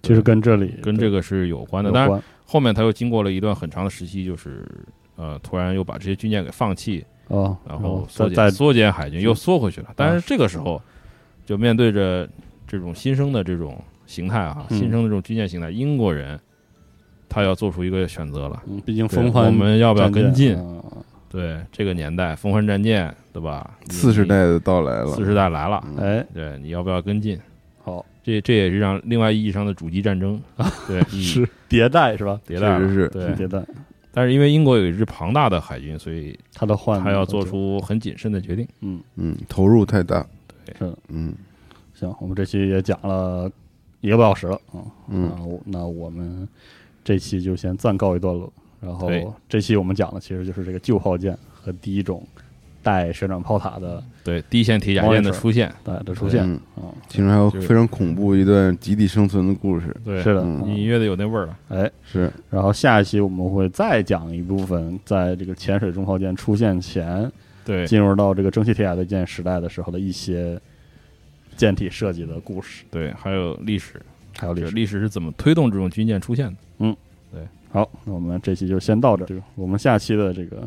S2: 其实跟这里
S4: 跟这个是有关的。
S2: 有
S4: 当然，
S2: 关
S4: 后面他又经过了一段很长的时期，就是呃，突然又把这些军舰给放弃，
S2: 哦，
S4: 然后
S2: 再
S4: 缩减
S2: 再
S4: 缩减海军，又缩回去了。但是这个时候，就面对着这种新生的这种形态啊，
S2: 嗯
S4: 新生的这种军舰形态，英国人他要做出一个选择了，
S2: 嗯毕竟
S4: 对
S2: 风帆
S4: 我们要不要
S2: 战舰
S4: 跟进？
S2: 啊
S4: 对这个年代，风帆战舰，对吧？
S3: 次世代的到来了
S4: 嗯四，十代来了，
S2: 哎，
S4: 对，你要不要跟进？
S2: 好，
S4: 这这也是让另外意义上的主机战争，对，
S2: 是迭代是吧？
S4: 迭代
S3: 确
S4: 了
S3: 实是
S2: 是
S4: 对。
S2: 迭代，
S4: 但是因为英国有一支庞大的海军，所以
S2: 嗯他的换
S4: 他要做出很谨慎的决定。
S2: 嗯，
S3: 嗯，投入太大，
S2: 是
S3: 嗯
S2: 行，我们这期也讲了一个半小时了啊，
S3: 嗯，
S2: 那我那我们这期就先暂告一段落。然后
S4: 对
S2: 这期我们讲的其实就是这个旧炮舰和第一种带旋转炮塔的
S4: 对，第一线铁甲舰的出现，
S2: 带的出现
S3: 嗯
S2: 啊，
S3: 其中还有
S4: 就是
S3: 非常恐怖一段集体生存的故事，
S4: 对，
S2: 是的，
S3: 嗯
S2: 啊
S4: 隐约的有那味儿了。
S2: 哎，
S3: 是
S2: 然后下一期我们会再讲一部分，在这个潜水重炮舰出现前，
S4: 对
S2: 进入到这个蒸汽铁甲的舰时代的时候的一些舰体设计的故事，
S4: 对，还有历史，
S2: 还有历
S4: 就是
S2: 史。
S4: 历史是怎么推动这种军舰出现的？
S2: 好，那我们这期就先到这儿，就我们下期的这个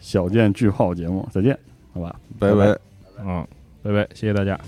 S2: 小舰巨炮节目再见，好吧？
S3: 拜
S2: 拜拜
S3: 拜。
S4: 嗯，拜拜，谢谢大家。